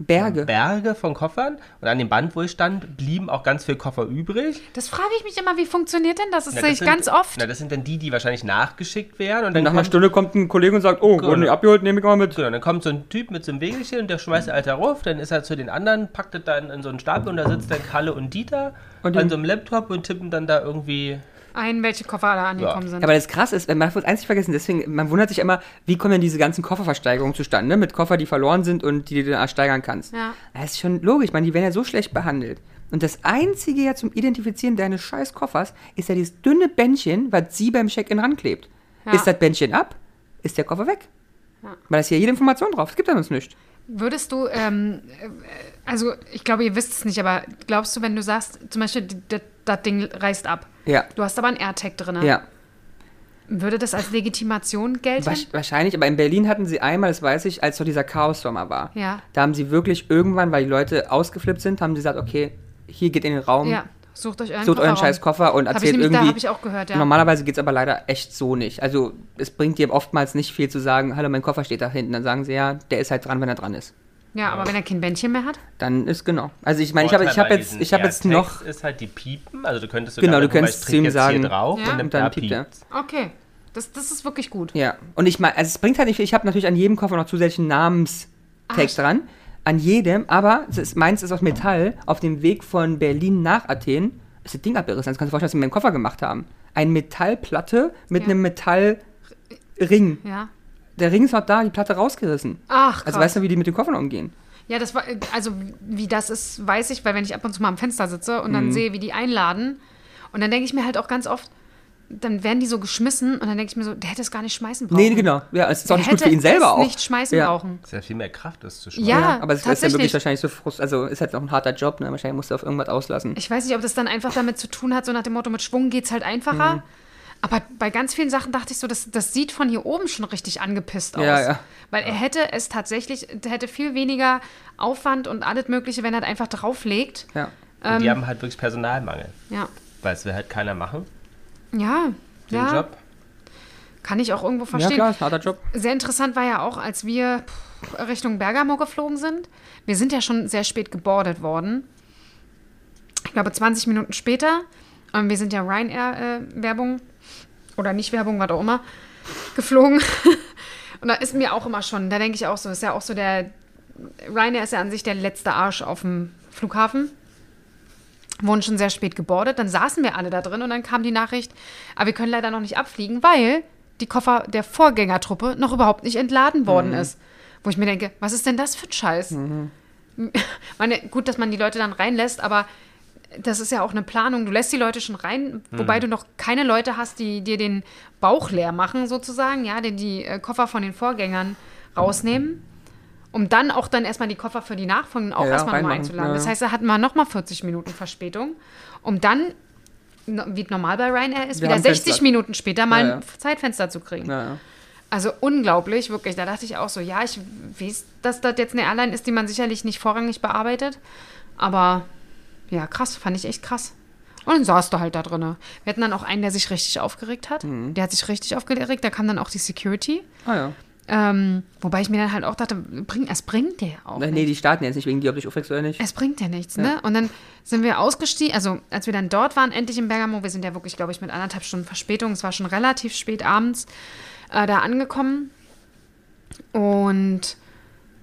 S2: Berge.
S3: Berge von Koffern und an dem Band, wo ich stand, blieben auch ganz viele Koffer übrig.
S1: das frage ich mich immer, wie funktioniert denn das? Das
S3: Na,
S1: sehe ich
S3: sind,
S1: ganz oft.
S3: Na, das sind dann die, die wahrscheinlich nachgeschickt werden und dann
S2: Nach einer
S3: kommt-
S2: Stunde kommt ein Kollege und sagt, oh, wurden die abgeholt, nehme ich mal mit.
S3: Genau, dann kommt so ein Typ mit so einem Wegelchen und der schmeißt den Alter rauf, dann ist er zu den anderen, packt es dann in so einen Stapel und da sitzt dann Kalle und Dieter
S2: Und
S3: an
S2: dem-
S3: so einem Laptop und tippen dann da irgendwie.
S1: Ein, welche Koffer alle angekommen sind.
S2: Ja, aber das krass ist, man darf uns eins nicht vergessen, deswegen, man wundert sich immer, wie kommen denn diese ganzen Kofferversteigerungen zustande, ne? mit Koffer, die verloren sind und die du dann ersteigern kannst.
S1: Ja.
S2: Das ist schon logisch, man, die werden ja so schlecht behandelt. Und das Einzige ja zum Identifizieren deines scheiß Koffers ist ja dieses dünne Bändchen, was sie beim Check-in ranklebt.
S1: Ja.
S2: Ist das Bändchen ab, ist der Koffer weg. Weil da ist ja jede Information drauf, es gibt ja uns nicht.
S1: Würdest du, ähm, äh, also ich glaube, ihr wisst es nicht, aber glaubst du, wenn du sagst, zum Beispiel, die- das- das Ding reißt ab.
S2: Ja.
S1: Du hast aber ein AirTag drin.
S2: Ja.
S1: Würde das als Legitimation gelten?
S2: Wasch- Wahrscheinlich, aber in Berlin hatten sie einmal, das weiß ich, als doch dieser Chaos-Sommer war.
S1: Ja.
S2: Da haben sie wirklich irgendwann, weil die Leute ausgeflippt sind, haben sie gesagt, okay, hier geht in den Raum,
S1: ja. Sucht euch euren
S2: Um sucht euren
S1: Kofferraum.
S2: scheiß Koffer und
S1: Hab ich
S2: erzählt
S1: nämlich- da
S2: irgendwie.
S1: hab ich auch gehört, ja.
S2: Normalerweise geht es aber leider echt so nicht. Also es bringt dir oftmals nicht viel zu sagen, hallo, mein Koffer steht da hinten. Dann sagen sie, ja, der ist halt dran, wenn er dran ist.
S1: Ja, aber wenn er kein Bändchen mehr hat?
S2: Dann ist genau. Also ich meine, ich habe ich hab
S3: Vorteil bei
S2: jetzt,
S3: diesen
S2: ich habe jetzt
S3: AirTags
S2: noch.
S3: ist halt die Piepen, also du könntest
S2: Genau, du
S3: gucken, weil
S2: könntest
S3: ich drück
S2: ihm
S3: jetzt hier
S2: sagen.
S3: drauf
S1: Ja.
S3: und,
S2: Und
S3: nimmt
S2: dann
S3: da
S2: piept er.
S3: piept's.
S1: Okay. Das, das ist wirklich gut.
S2: Ja, und ich meine, also es bringt halt nicht viel. Ich habe natürlich an jedem Koffer noch zusätzlichen Namenstext dran. An jedem, aber es ist, meins ist aus Metall. Auf dem Weg von Berlin nach Athen ist das Ding abgerissen. Das kannst du dir vorstellen, was sie mit meinem Koffer gemacht haben. Eine Metallplatte mit
S1: Ja.
S2: einem Metallring.
S1: Ja.
S2: Der Ring ist noch da, die Platte rausgerissen.
S1: Ach, krass.
S2: Also weißt du, wie die mit den Koffern umgehen?
S1: Ja, das war, also wie das ist, weiß ich, weil wenn ich ab und zu mal am Fenster sitze und
S2: Mhm.
S1: dann sehe, wie die einladen, und dann denke ich mir halt auch ganz oft, dann werden die so geschmissen und dann denke ich mir so, der hätte es gar nicht schmeißen brauchen.
S2: Nee, genau. Ja, es ist
S1: Der
S2: auch nicht gut
S1: hätte
S2: für ihn selber
S1: es
S2: auch.
S1: nicht schmeißen
S2: ja.
S1: brauchen.
S3: Ist ja viel mehr Kraft, das zu schreiben.
S1: Ja,
S2: Ja, aber es ist ja
S1: tatsächlich.
S2: wirklich wahrscheinlich so frust. Also ist halt auch ein harter Job, ne? Wahrscheinlich musst du auf irgendwas auslassen.
S1: Ich weiß nicht, ob das dann einfach damit zu tun hat, so nach dem Motto, mit Schwung geht's halt einfacher.
S2: Mhm.
S1: Aber bei ganz vielen Sachen dachte ich so, das, das sieht von hier oben schon richtig angepisst aus.
S2: Ja, ja.
S1: Weil er hätte es tatsächlich, der hätte viel weniger Aufwand und alles Mögliche, wenn er halt einfach drauflegt.
S2: Ja.
S3: Und
S1: ähm,
S3: die haben halt wirklich Personalmangel.
S1: Ja.
S3: Weil es will halt keiner machen,
S1: Ja.
S3: den
S1: ja.
S3: Job.
S1: Kann ich auch irgendwo
S2: Ja
S1: verstehen.
S2: klar, ist ein harter Job.
S1: Sehr interessant war ja auch, als wir pff, Richtung Bergamo geflogen sind. Wir sind ja schon sehr spät gebordet worden. Ich glaube, 20 Minuten später. Ähm, wir sind ja Ryanair-Werbung oder Nicht-Werbung, was auch immer, geflogen. Und da ist mir auch immer schon, da denke ich auch so, ist ja auch so der, Ryanair ist ja an sich der letzte Arsch auf dem Flughafen. Wurden schon sehr spät gebordet, dann saßen wir alle da drin und dann kam die Nachricht, aber wir können leider noch nicht abfliegen, weil die Koffer der Vorgängertruppe noch überhaupt nicht entladen worden ist. Wo ich mir denke, was ist denn das für ein Scheiß?
S2: Mhm.
S1: Meine, gut, dass man die Leute dann reinlässt, aber das ist ja auch eine Planung. Du lässt die Leute schon rein,
S2: Mhm.
S1: wobei du noch keine Leute hast, die dir den Bauch leer machen, sozusagen, ja, die, die äh, Koffer von den Vorgängern rausnehmen, um dann auch dann erstmal die Koffer für die Nachfolgenden auch
S2: Ja, ja,
S1: erstmal nochmal
S2: reinmachen,
S1: einzuladen.
S2: ja,
S1: Das
S2: ja.
S1: heißt, da hatten wir nochmal 40 Minuten Verspätung, um dann, no- wie es normal bei Ryanair ist,
S2: Wir
S1: wieder
S2: haben
S1: 60
S2: Fenster.
S1: Minuten später mal
S2: Ja, ja.
S1: ein Zeitfenster zu kriegen.
S2: Ja, ja.
S1: Also unglaublich, wirklich. Da dachte ich auch so, ja, ich weiß, dass das jetzt eine Airline ist, die man sicherlich nicht vorrangig bearbeitet. Aber ja, krass, fand ich echt krass. Und dann saß du halt da drinne. Wir hatten dann auch einen, der sich richtig aufgeregt hat. Der hat sich richtig aufgeregt. Da kam dann auch die Security.
S2: Ah ja.
S1: Ähm, wobei ich mir dann halt auch dachte, bring, es bringt dir auch.
S2: Ne, Nee,
S1: nichts.
S2: nee, die starten jetzt nicht wegen dir, ob du dich aufregst oder nicht.
S1: Es bringt ja nichts, ne? Und dann sind wir ausgestiegen, also als wir dann dort waren, endlich in Bergamo, wir sind ja wirklich, glaube ich, mit anderthalb Stunden Verspätung, es war schon relativ spät abends, äh, da angekommen. Und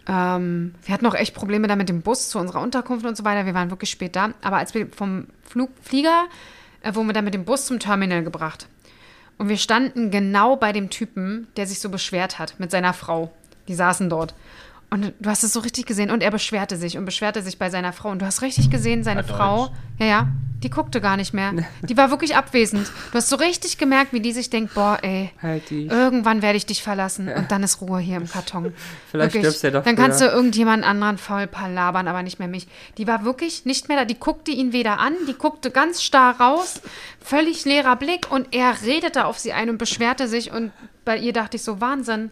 S1: ähm, wir hatten auch echt Probleme da mit dem Bus zu unserer Unterkunft und so weiter. Wir waren wirklich spät da. Aber als wir vom Flug, Flieger äh, wurden wir dann mit dem Bus zum Terminal gebracht. Und wir standen genau bei dem Typen, der sich so beschwert hat mit seiner Frau. Die saßen dort. Und du hast es so richtig gesehen. Und er beschwerte sich und beschwerte sich bei seiner Frau. Und du hast richtig gesehen, seine
S3: War deutsch.
S1: Frau, ja, ja, die guckte gar nicht mehr. Die war wirklich abwesend. Du hast so richtig gemerkt, wie die sich denkt, boah, ey,
S2: Halt die
S1: irgendwann werde ich dich verlassen. Und dann ist Ruhe hier im Karton.
S2: Vielleicht
S1: wirklich.
S2: stirbst du ja doch
S1: Dann kannst du
S2: früher.
S1: irgendjemand anderen voll palabern, aber nicht mehr mich. Die war wirklich nicht mehr da. Die guckte ihn weder an, die guckte ganz starr raus, völlig leerer Blick und er redete auf sie ein und beschwerte sich. Und bei ihr dachte ich so: Wahnsinn,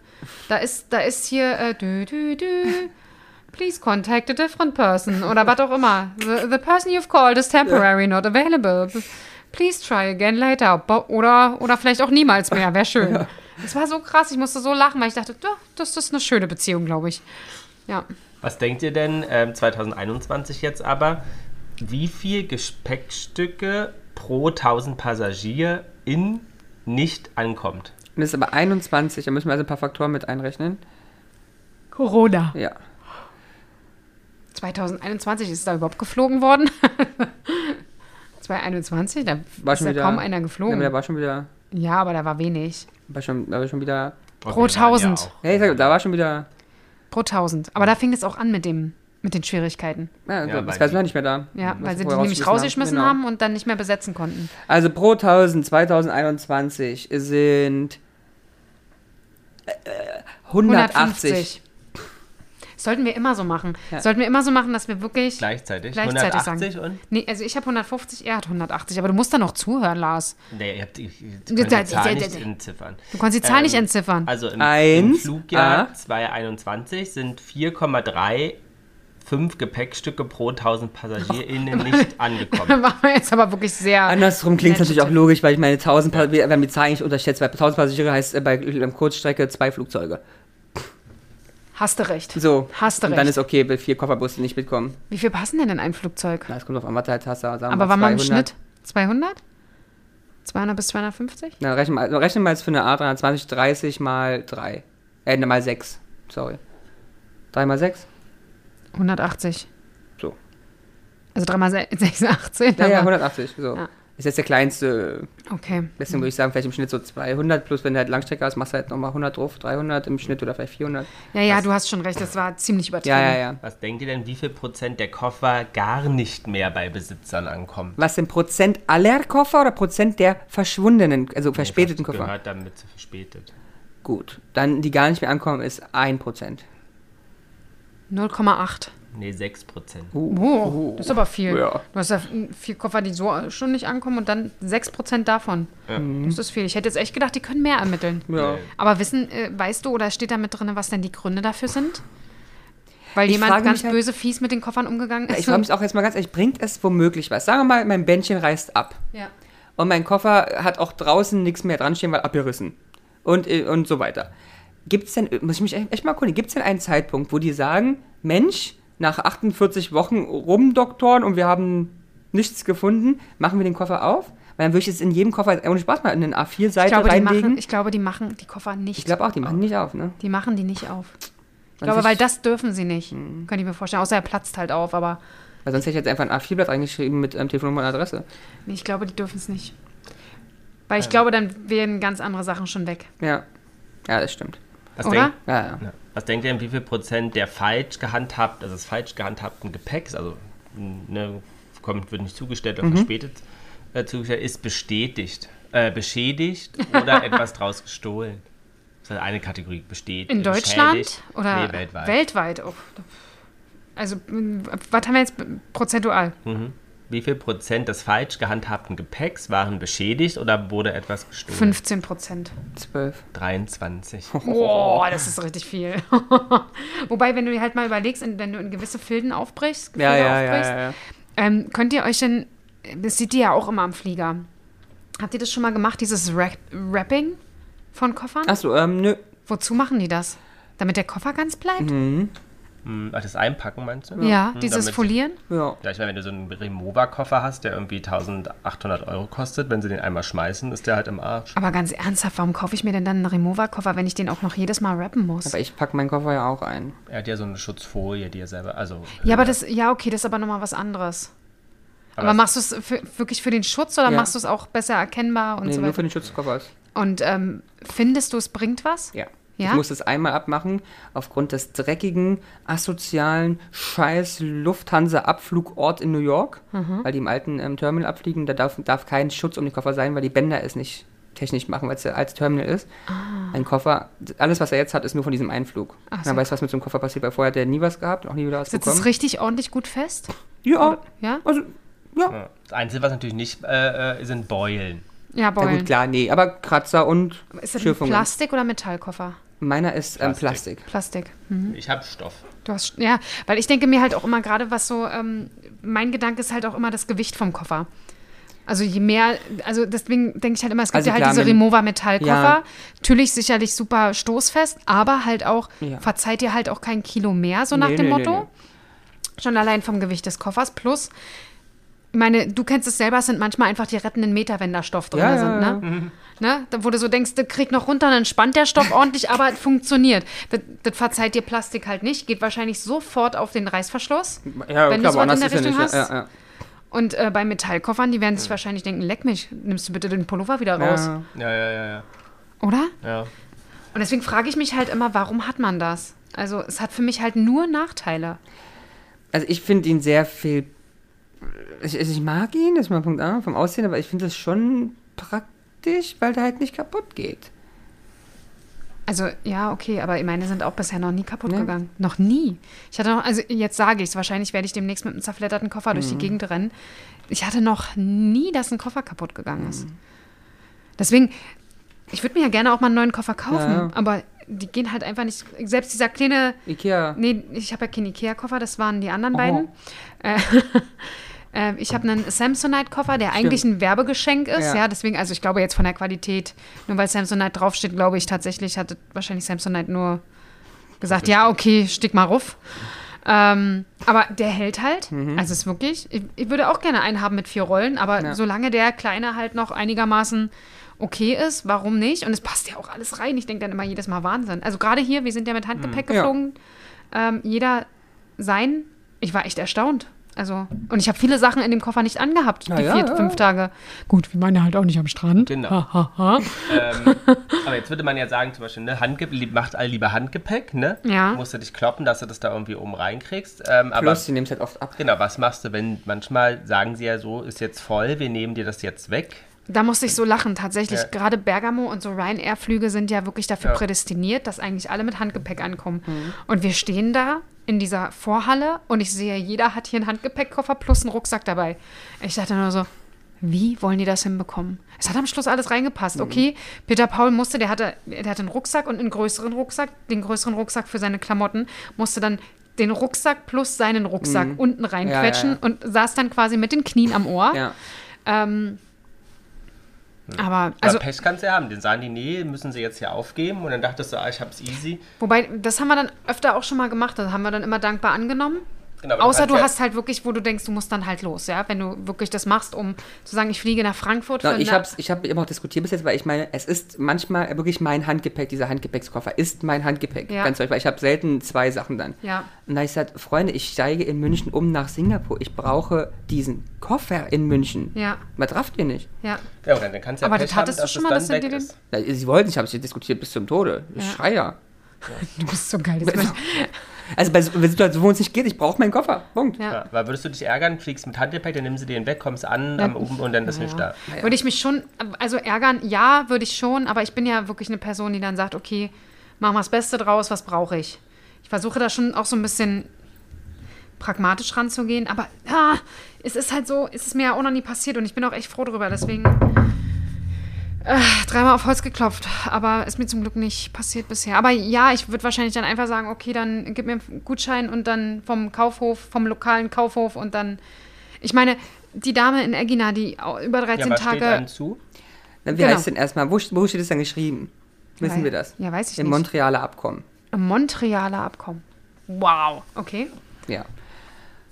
S1: da ist, da ist hier. Äh, dü, dü, dü. Please contact a different person oder was auch immer. The, the person you've called is temporary not available. Please try again later. Bo- Oder, oder vielleicht auch niemals mehr. Wäre schön. Es war so krass, ich musste so lachen, weil ich dachte, ja, das ist eine schöne Beziehung, glaube ich. Ja.
S3: Was denkt ihr denn, ähm, 2021 jetzt aber, wie viel Gepäckstücke pro 1000 Passagier in nicht ankommt?
S2: Das ist aber 21, da müssen wir also ein paar Faktoren mit einrechnen.
S1: Corona.
S2: Ja.
S1: 2021 ist da überhaupt geflogen worden. 2021, da
S2: War
S1: ist
S2: schon
S1: ja
S2: wieder,
S1: kaum einer geflogen.
S2: Ja,
S1: Ja,
S2: aber da war schon wieder.
S1: aber da war wenig.
S2: War schon, da war schon wieder.
S3: Okay,
S1: Pro
S3: waren ja
S1: 1000.
S3: auch-
S2: Ja, ich sag, da war schon wieder.
S1: Pro 1000. Aber da fing es auch an mit, dem, mit den Schwierigkeiten.
S2: Ja,
S3: Ja,
S2: das
S3: weil
S2: weiß
S3: die-
S2: man nicht mehr da.
S1: Ja,
S2: Was
S1: weil sie die
S2: vorher
S1: nämlich rausgeschmissen haben und dann nicht mehr besetzen konnten.
S2: Genau. Also pro 1000 2021 sind äh, äh, 180.
S1: 150. Sollten wir immer so machen.
S2: Ja.
S1: Sollten wir immer so machen, dass wir wirklich.
S3: Gleichzeitig.
S1: Gleichzeitig
S3: 180 und?
S1: Nee, also ich habe 150, er hat 180, aber du musst dann noch zuhören, Lars.
S3: Nee, ihr habt die, ihr
S1: Da-
S3: könnt
S1: da-
S3: die Zahl
S1: da-
S3: nicht
S1: da-
S3: entziffern.
S1: Du kannst die Zahl
S3: Ähm,
S1: nicht entziffern.
S3: Also im, im
S2: Eins,
S3: Flugjahr
S2: ah.
S3: 2021 sind 4,35 Gepäckstücke pro 1000 PassagierInnen nicht angekommen.
S1: Dann waren wir jetzt aber wirklich sehr.
S2: Andersrum klingt es
S1: Nett.
S2: natürlich auch logisch, weil ich meine 1000 Passagiere, wir haben die Zahl nicht unterschätzt, weil 1000 Passagiere heißt äh, bei ähm, Kurzstrecke zwei Flugzeuge.
S1: Hast du recht.
S2: So.
S1: Hast du
S2: Und dann
S1: recht.
S2: ist okay, bei vier Kofferbussen nicht mitkommen.
S1: Wie viel passen denn in ein Flugzeug?
S2: Na, es kommt auf an, was du halt hast, sagen wir
S1: aber
S2: mal
S1: waren wir im
S2: 200.
S1: Schnitt 200? 200 bis 250?
S2: Na, rechne mal, rechne mal jetzt für eine A320 30 mal 3. Äh, ne, mal 6. Sorry. 3 mal 6?
S1: 180.
S2: So.
S1: Also 3 mal 86.
S2: Ja, ja, 180. So.
S1: Ja.
S2: Ist jetzt der kleinste.
S1: Okay.
S2: Deswegen würde ich sagen, vielleicht im Schnitt so 200 plus, wenn du halt Langstrecke hast, machst du halt nochmal 100 drauf, 300 im Schnitt oder vielleicht 400.
S1: Ja, ja, du hast schon recht, das war ziemlich übertrieben.
S2: Ja, ja, ja.
S3: Was denkt ihr denn, wie viel Prozent der Koffer gar nicht mehr bei Besitzern ankommen?
S2: Was denn Prozent aller Koffer oder Prozent der verschwundenen, also verspäteten Koffer?
S3: Gehört damit zu verspätet.
S2: Gut. Dann, die gar nicht mehr ankommen, ist 1%.
S1: 0,8.
S3: Nee, 6 Prozent.
S1: Oh, das ist aber viel.
S2: Ja.
S1: Du hast ja vier Koffer, die so schon nicht ankommen und dann 6% davon. Das ist viel. Ich hätte jetzt echt gedacht, die können mehr ermitteln.
S2: Ja.
S3: Nee.
S1: Aber wissen, äh, weißt du oder steht da mit drin, was denn die Gründe dafür sind? Weil
S2: Ich frage
S1: jemand
S2: mich
S1: ganz
S2: halt-
S1: böse fies mit den Koffern umgegangen ist.
S2: Ich frage mich auch jetzt mal ganz ehrlich, bringt es womöglich was? Sagen wir mal, mein Bändchen reißt ab.
S1: ja.
S2: Und mein Koffer hat auch draußen nichts mehr dran stehen, weil abgerissen. Und, äh, und so weiter. Gibt es denn, muss ich mich echt echt mal erkundigen, gibt es denn einen Zeitpunkt, wo die sagen, Mensch, nach 48 Wochen rumdoktoren und wir haben nichts gefunden, machen wir den Koffer auf? Weil dann würde ich jetzt in jedem Koffer, ohne Spaß mal, in den
S1: Ich
S2: A4-Seite
S1: glaube, die machen,
S2: reinlegen. ich
S1: ich glaube, die machen die Koffer nicht.
S2: glaube auch, die machen nicht auf, ne?
S1: die machen die nicht auf. Ich
S2: An
S1: glaube,
S2: sich- Hm.
S1: weil das dürfen sie nicht. Könnte ich mir vorstellen. Außer er platzt halt auf, aber
S2: Weil sonst hätte ich jetzt einfach ein A4-Blatt eingeschrieben mit ähm, Telefonnummer und Adresse.
S1: nee, ich glaube, die dürfen es nicht. Weil ich
S2: Ähm.
S1: glaube, dann wären ganz andere Sachen schon weg.
S2: Ja. Ja, das stimmt.
S3: Was,
S1: Oder?
S3: Denkt,
S2: Ja, ja.
S3: ja. was denkt ihr denn, wie viel Prozent der falsch gehandhabt, also des falsch gehandhabten Gepäcks, also ne, kommt, wird nicht zugestellt oder
S1: Mhm.
S3: verspätet äh, zugestellt, ist bestätigt, äh, beschädigt oder etwas draus gestohlen? Das ist halt eine Kategorie, bestätigt.
S1: In Deutschland oder
S3: Äh, Nee, weltweit.
S1: weltweit? Oh. Also, m, was haben wir jetzt prozentual?
S3: Mhm. wie viel Prozent des falsch gehandhabten Gepäcks waren beschädigt oder wurde etwas gestohlen?
S1: 15 Prozent.
S2: 12.
S3: 23.
S1: Boah, das ist richtig viel. Wobei, wenn du dir halt mal überlegst, in- wenn du in gewisse Filden aufbrichst, Gefilde
S2: Ja, ja, ja,
S1: aufbrichst
S2: ja, ja.
S1: Ähm, könnt ihr euch denn, das sieht ihr ja auch immer am Flieger, habt ihr das schon mal gemacht, dieses Wrap Wrapping von Koffern?
S2: Achso, ähm, nö.
S1: Wozu machen die das? Damit der Koffer ganz bleibt?
S2: Mhm.
S3: Hm, Ach, das Einpacken meinst du?
S1: Ja,
S3: Hm,
S1: dieses
S3: damit-
S1: Folieren?
S2: Ja.
S3: Ja, ich meine, wenn du so einen Remover-Koffer hast, der irgendwie 1800 Euro kostet, wenn sie den einmal schmeißen, ist der halt im Arsch.
S1: Aber ganz ernsthaft, warum kaufe ich mir denn dann einen Remover-Koffer, wenn ich den auch noch jedes Mal rappen muss?
S2: Aber ich packe meinen Koffer ja auch ein.
S3: Er hat ja so eine Schutzfolie, die er selber, also...
S1: Ja,
S2: Äh.
S1: aber das, ja, okay, das ist aber nochmal was anderes. Aber,
S3: es-
S1: machst du es für, wirklich für den Schutz oder
S2: Ja.
S1: machst du es auch besser erkennbar und
S2: Nee,
S1: so
S2: nur für
S1: weiter?
S2: den Schutz des Koffers.
S1: Und ähm, findest du, es bringt was?
S2: Ja.
S1: Ja?
S2: Ich musste es einmal abmachen, aufgrund des dreckigen, asozialen, scheiß Lufthansa-Abflugort in New York,
S1: Mhm.
S2: weil die im alten ähm, Terminal abfliegen. Da darf, darf kein Schutz um den Koffer sein, weil die Bänder es nicht technisch machen, weil es ja als Terminal ist. Ein Koffer, alles, was er jetzt hat, ist nur von diesem Einflug.
S1: Ah. Ach so.
S2: Man weiß, was mit so einem Koffer passiert, weil vorher hat er nie was gehabt, auch nie wieder was
S1: Sitzt es
S2: bekommen.
S1: richtig ordentlich gut fest?
S2: ja,
S1: Ja?
S2: also, ja.
S3: Ja. Das Einzige, was natürlich nicht äh, äh, sind Beulen.
S1: Ja,
S2: Na
S1: Beulen.
S2: gut, klar, nee, aber Kratzer und
S1: Ist das ein
S2: Schürfungen.
S1: Plastik oder Metallkoffer?
S2: Meiner ist ähm, Plastik.
S1: Plastik.
S3: Ich habe Stoff.
S1: Du hast, ja, weil ich denke mir halt auch immer gerade, was so, ähm, mein Gedanke ist halt auch immer das Gewicht vom Koffer. Also je mehr, also deswegen denke ich halt immer, es gibt
S2: Also
S1: ja halt
S2: klar,
S1: diese
S2: mit-
S1: Remover-Metallkoffer.
S2: Ja.
S1: Natürlich sicherlich super stoßfest, aber halt auch,
S2: Ja.
S1: verzeiht ihr halt auch kein Kilo mehr, so nach
S2: Nee,
S1: dem
S2: nee, nee,
S1: Motto. Schon allein vom Gewicht des Koffers. Plus, ich meine, du kennst es selber, es sind manchmal einfach die rettenden Meter, wenn da Stoff drin
S2: Ja, ja,
S1: sind,
S2: ja.
S1: ne? Ne? Da, wo du so denkst, das kriegt noch runter, dann spannt der Stoff ordentlich, aber es funktioniert. Das, das verzeiht dir Plastik halt nicht, geht wahrscheinlich sofort auf den Reißverschluss.
S2: Ja,
S1: Wenn du
S2: klar, aber
S1: sowas in
S2: anders
S1: der
S2: ist ja
S1: Richtung
S2: nicht.
S1: hast,
S2: Ja, ja,
S1: Und äh, bei Metallkoffern, die werden sich wahrscheinlich denken, leck mich, nimmst du bitte den Pullover wieder
S2: ja.
S1: raus,
S2: ja.
S3: Ja, ja, ja, ja.
S1: oder?
S3: ja.
S1: Und deswegen frage ich mich halt immer, warum hat man das? Also es hat für mich halt nur Nachteile.
S2: Also ich finde ihn sehr viel. Ich, also ich mag ihn, das ist mal Punkt A, vom Aussehen, aber ich finde das schon praktisch, weil der halt nicht kaputt geht.
S1: Also ja, okay, aber meine sind auch bisher noch nie kaputt
S2: Nee.
S1: gegangen. Noch nie. Ich hatte noch, also jetzt sage ich es, wahrscheinlich werde ich demnächst mit einem zerfledderten Koffer durch die
S2: Mhm.
S1: Gegend rennen. Ich hatte noch nie, dass ein Koffer kaputt gegangen ist.
S2: Mhm.
S1: Deswegen, ich würde mir ja gerne auch mal einen neuen Koffer kaufen,
S2: Ja.
S1: aber die gehen halt einfach nicht. Selbst dieser kleine,
S2: Ikea.
S1: nee, ich habe ja keinen Ikea-Koffer, das waren die
S2: Oh.
S1: anderen beiden. Äh, äh, ich habe einen Samsonite-Koffer, der eigentlich ein Werbegeschenk ist. Ja.
S2: Ja.
S1: deswegen, also ich glaube jetzt von der Qualität, nur weil Samsonite draufsteht, glaube ich tatsächlich, hatte wahrscheinlich Samsonite nur gesagt, ja, okay, stick mal ruf. Ähm, aber der hält halt. Also ist wirklich, ich, ich würde auch gerne einen haben mit vier Rollen, aber
S2: Mhm. Ja.
S1: solange der kleine halt noch einigermaßen okay ist, warum nicht? Und es passt ja auch alles rein. Ich denke dann immer jedes Mal Wahnsinn. Also gerade hier, wir sind ja mit Handgepäck
S2: Mhm. Ja.
S1: geflogen. Ähm, jeder sein. Ich war echt erstaunt. Also, und ich habe viele Sachen in dem Koffer nicht angehabt,
S2: Na
S1: die
S2: ja,
S1: vier,
S2: ja,
S1: fünf Tage. Gut, wir waren ja halt auch nicht am Strand.
S3: Genau.
S1: Ha, ha, ha.
S3: ähm, aber jetzt würde man ja sagen, zum Beispiel, ne, Handge lieb- macht all lieber Handgepäck, ne?
S1: Ja.
S3: Musst du dich kloppen, dass du das da irgendwie oben reinkriegst. Ähm, aber
S2: Plus, die nehmen es halt oft ab.
S3: genau, was machst du, wenn manchmal sagen sie ja so, ist jetzt voll, wir nehmen dir das jetzt weg.
S1: Da musste ich so lachen, tatsächlich.
S3: Ja.
S1: Gerade Bergamo und so Ryanair-Flüge sind ja wirklich dafür
S3: Ja.
S1: prädestiniert, dass eigentlich alle mit Handgepäck ankommen. Und wir stehen da in dieser Vorhalle und ich sehe, jeder hat hier einen Handgepäckkoffer plus einen Rucksack dabei. Ich dachte nur so, wie wollen die das hinbekommen? Es hat am Schluss alles reingepasst. Okay, Peter Paul musste, der hatte, der hatte einen Rucksack und einen größeren Rucksack, den größeren Rucksack für seine Klamotten, musste dann den Rucksack plus seinen Rucksack unten reinquetschen
S2: ja.
S1: und saß dann quasi mit den Knien am Ohr.
S2: Ja.
S1: Ähm, aber,
S3: Also
S1: also,
S3: aber Pech kannst du ja haben. Den sagen die, nee, müssen sie jetzt hier aufgeben. Und dann dachtest du, ah, ich hab's easy.
S1: wobei, das haben wir dann öfter auch schon mal gemacht, das haben wir dann immer dankbar angenommen.
S3: Genau, aber
S1: Außer du
S3: kannst ja-
S1: hast halt wirklich, wo du denkst, du musst dann halt los, ja, wenn du wirklich das machst, um zu sagen, ich fliege nach Frankfurt.
S2: Ja,
S1: für
S2: ich
S1: eine-
S2: habe ich hab immer auch diskutiert bis jetzt, weil ich meine, es ist manchmal äh, wirklich mein Handgepäck, dieser Handgepäckskoffer ist mein Handgepäck.
S1: Ja.
S2: Ganz ehrlich, weil ich habe selten zwei Sachen dann.
S1: Ja.
S2: Und da hab ich gesagt, Freunde, ich steige in München um nach Singapur. Ich brauche diesen Koffer in München.
S1: Ja.
S2: Was rafft ihr nicht?
S1: ja.
S3: Ja, und dann, dann kannst du ja
S1: Aber
S3: Pech
S1: das hattest
S3: haben,
S1: du
S3: dass
S1: schon mal,
S3: es dann
S1: dass sie
S3: weg
S1: dir den-
S3: ist.
S2: Na, Sie wollten, ich habe es diskutiert bis zum Tode. Ich
S1: Ja.
S2: Schreier.
S1: Du bist so geil. Das möchte ich-
S2: Also bei so- bei Situationen, wo es nicht geht, ich brauche meinen Koffer. Punkt.
S1: Ja.
S3: Ja, weil würdest du dich ärgern, fliegst mit Handgepäck, dann nehmen sie den weg, kommst an,
S1: Ja.
S3: am oben und dann ist nicht da.
S1: Würde ich mich schon, also ärgern, ja, würde ich schon, aber ich bin ja wirklich eine Person, die dann sagt, okay, machen wir das Beste draus, was brauche ich? Ich versuche da schon auch so ein bisschen pragmatisch ranzugehen, aber ah, es ist halt so, es ist mir ja auch noch nie passiert und ich bin auch echt froh drüber, deswegen äh, dreimal auf Holz geklopft, aber ist mir zum Glück nicht passiert bisher. Aber ja, ich würde wahrscheinlich dann einfach sagen, okay, dann gib mir einen Gutschein und dann vom Kaufhof, vom lokalen Kaufhof und dann, ich meine, die Dame in Egina, die au- über
S3: Ja,
S1: 13
S3: was steht
S1: Tage
S3: einem zu?
S2: Na, Wie
S1: Genau.
S2: heißt denn erstmal, wo, wo steht es dann geschrieben? Wissen wir das?
S1: Ja, weiß ich
S2: Im
S1: nicht.
S2: Montrealer Abkommen.
S1: Im Montrealer Abkommen. Wow. Okay.
S2: Ja.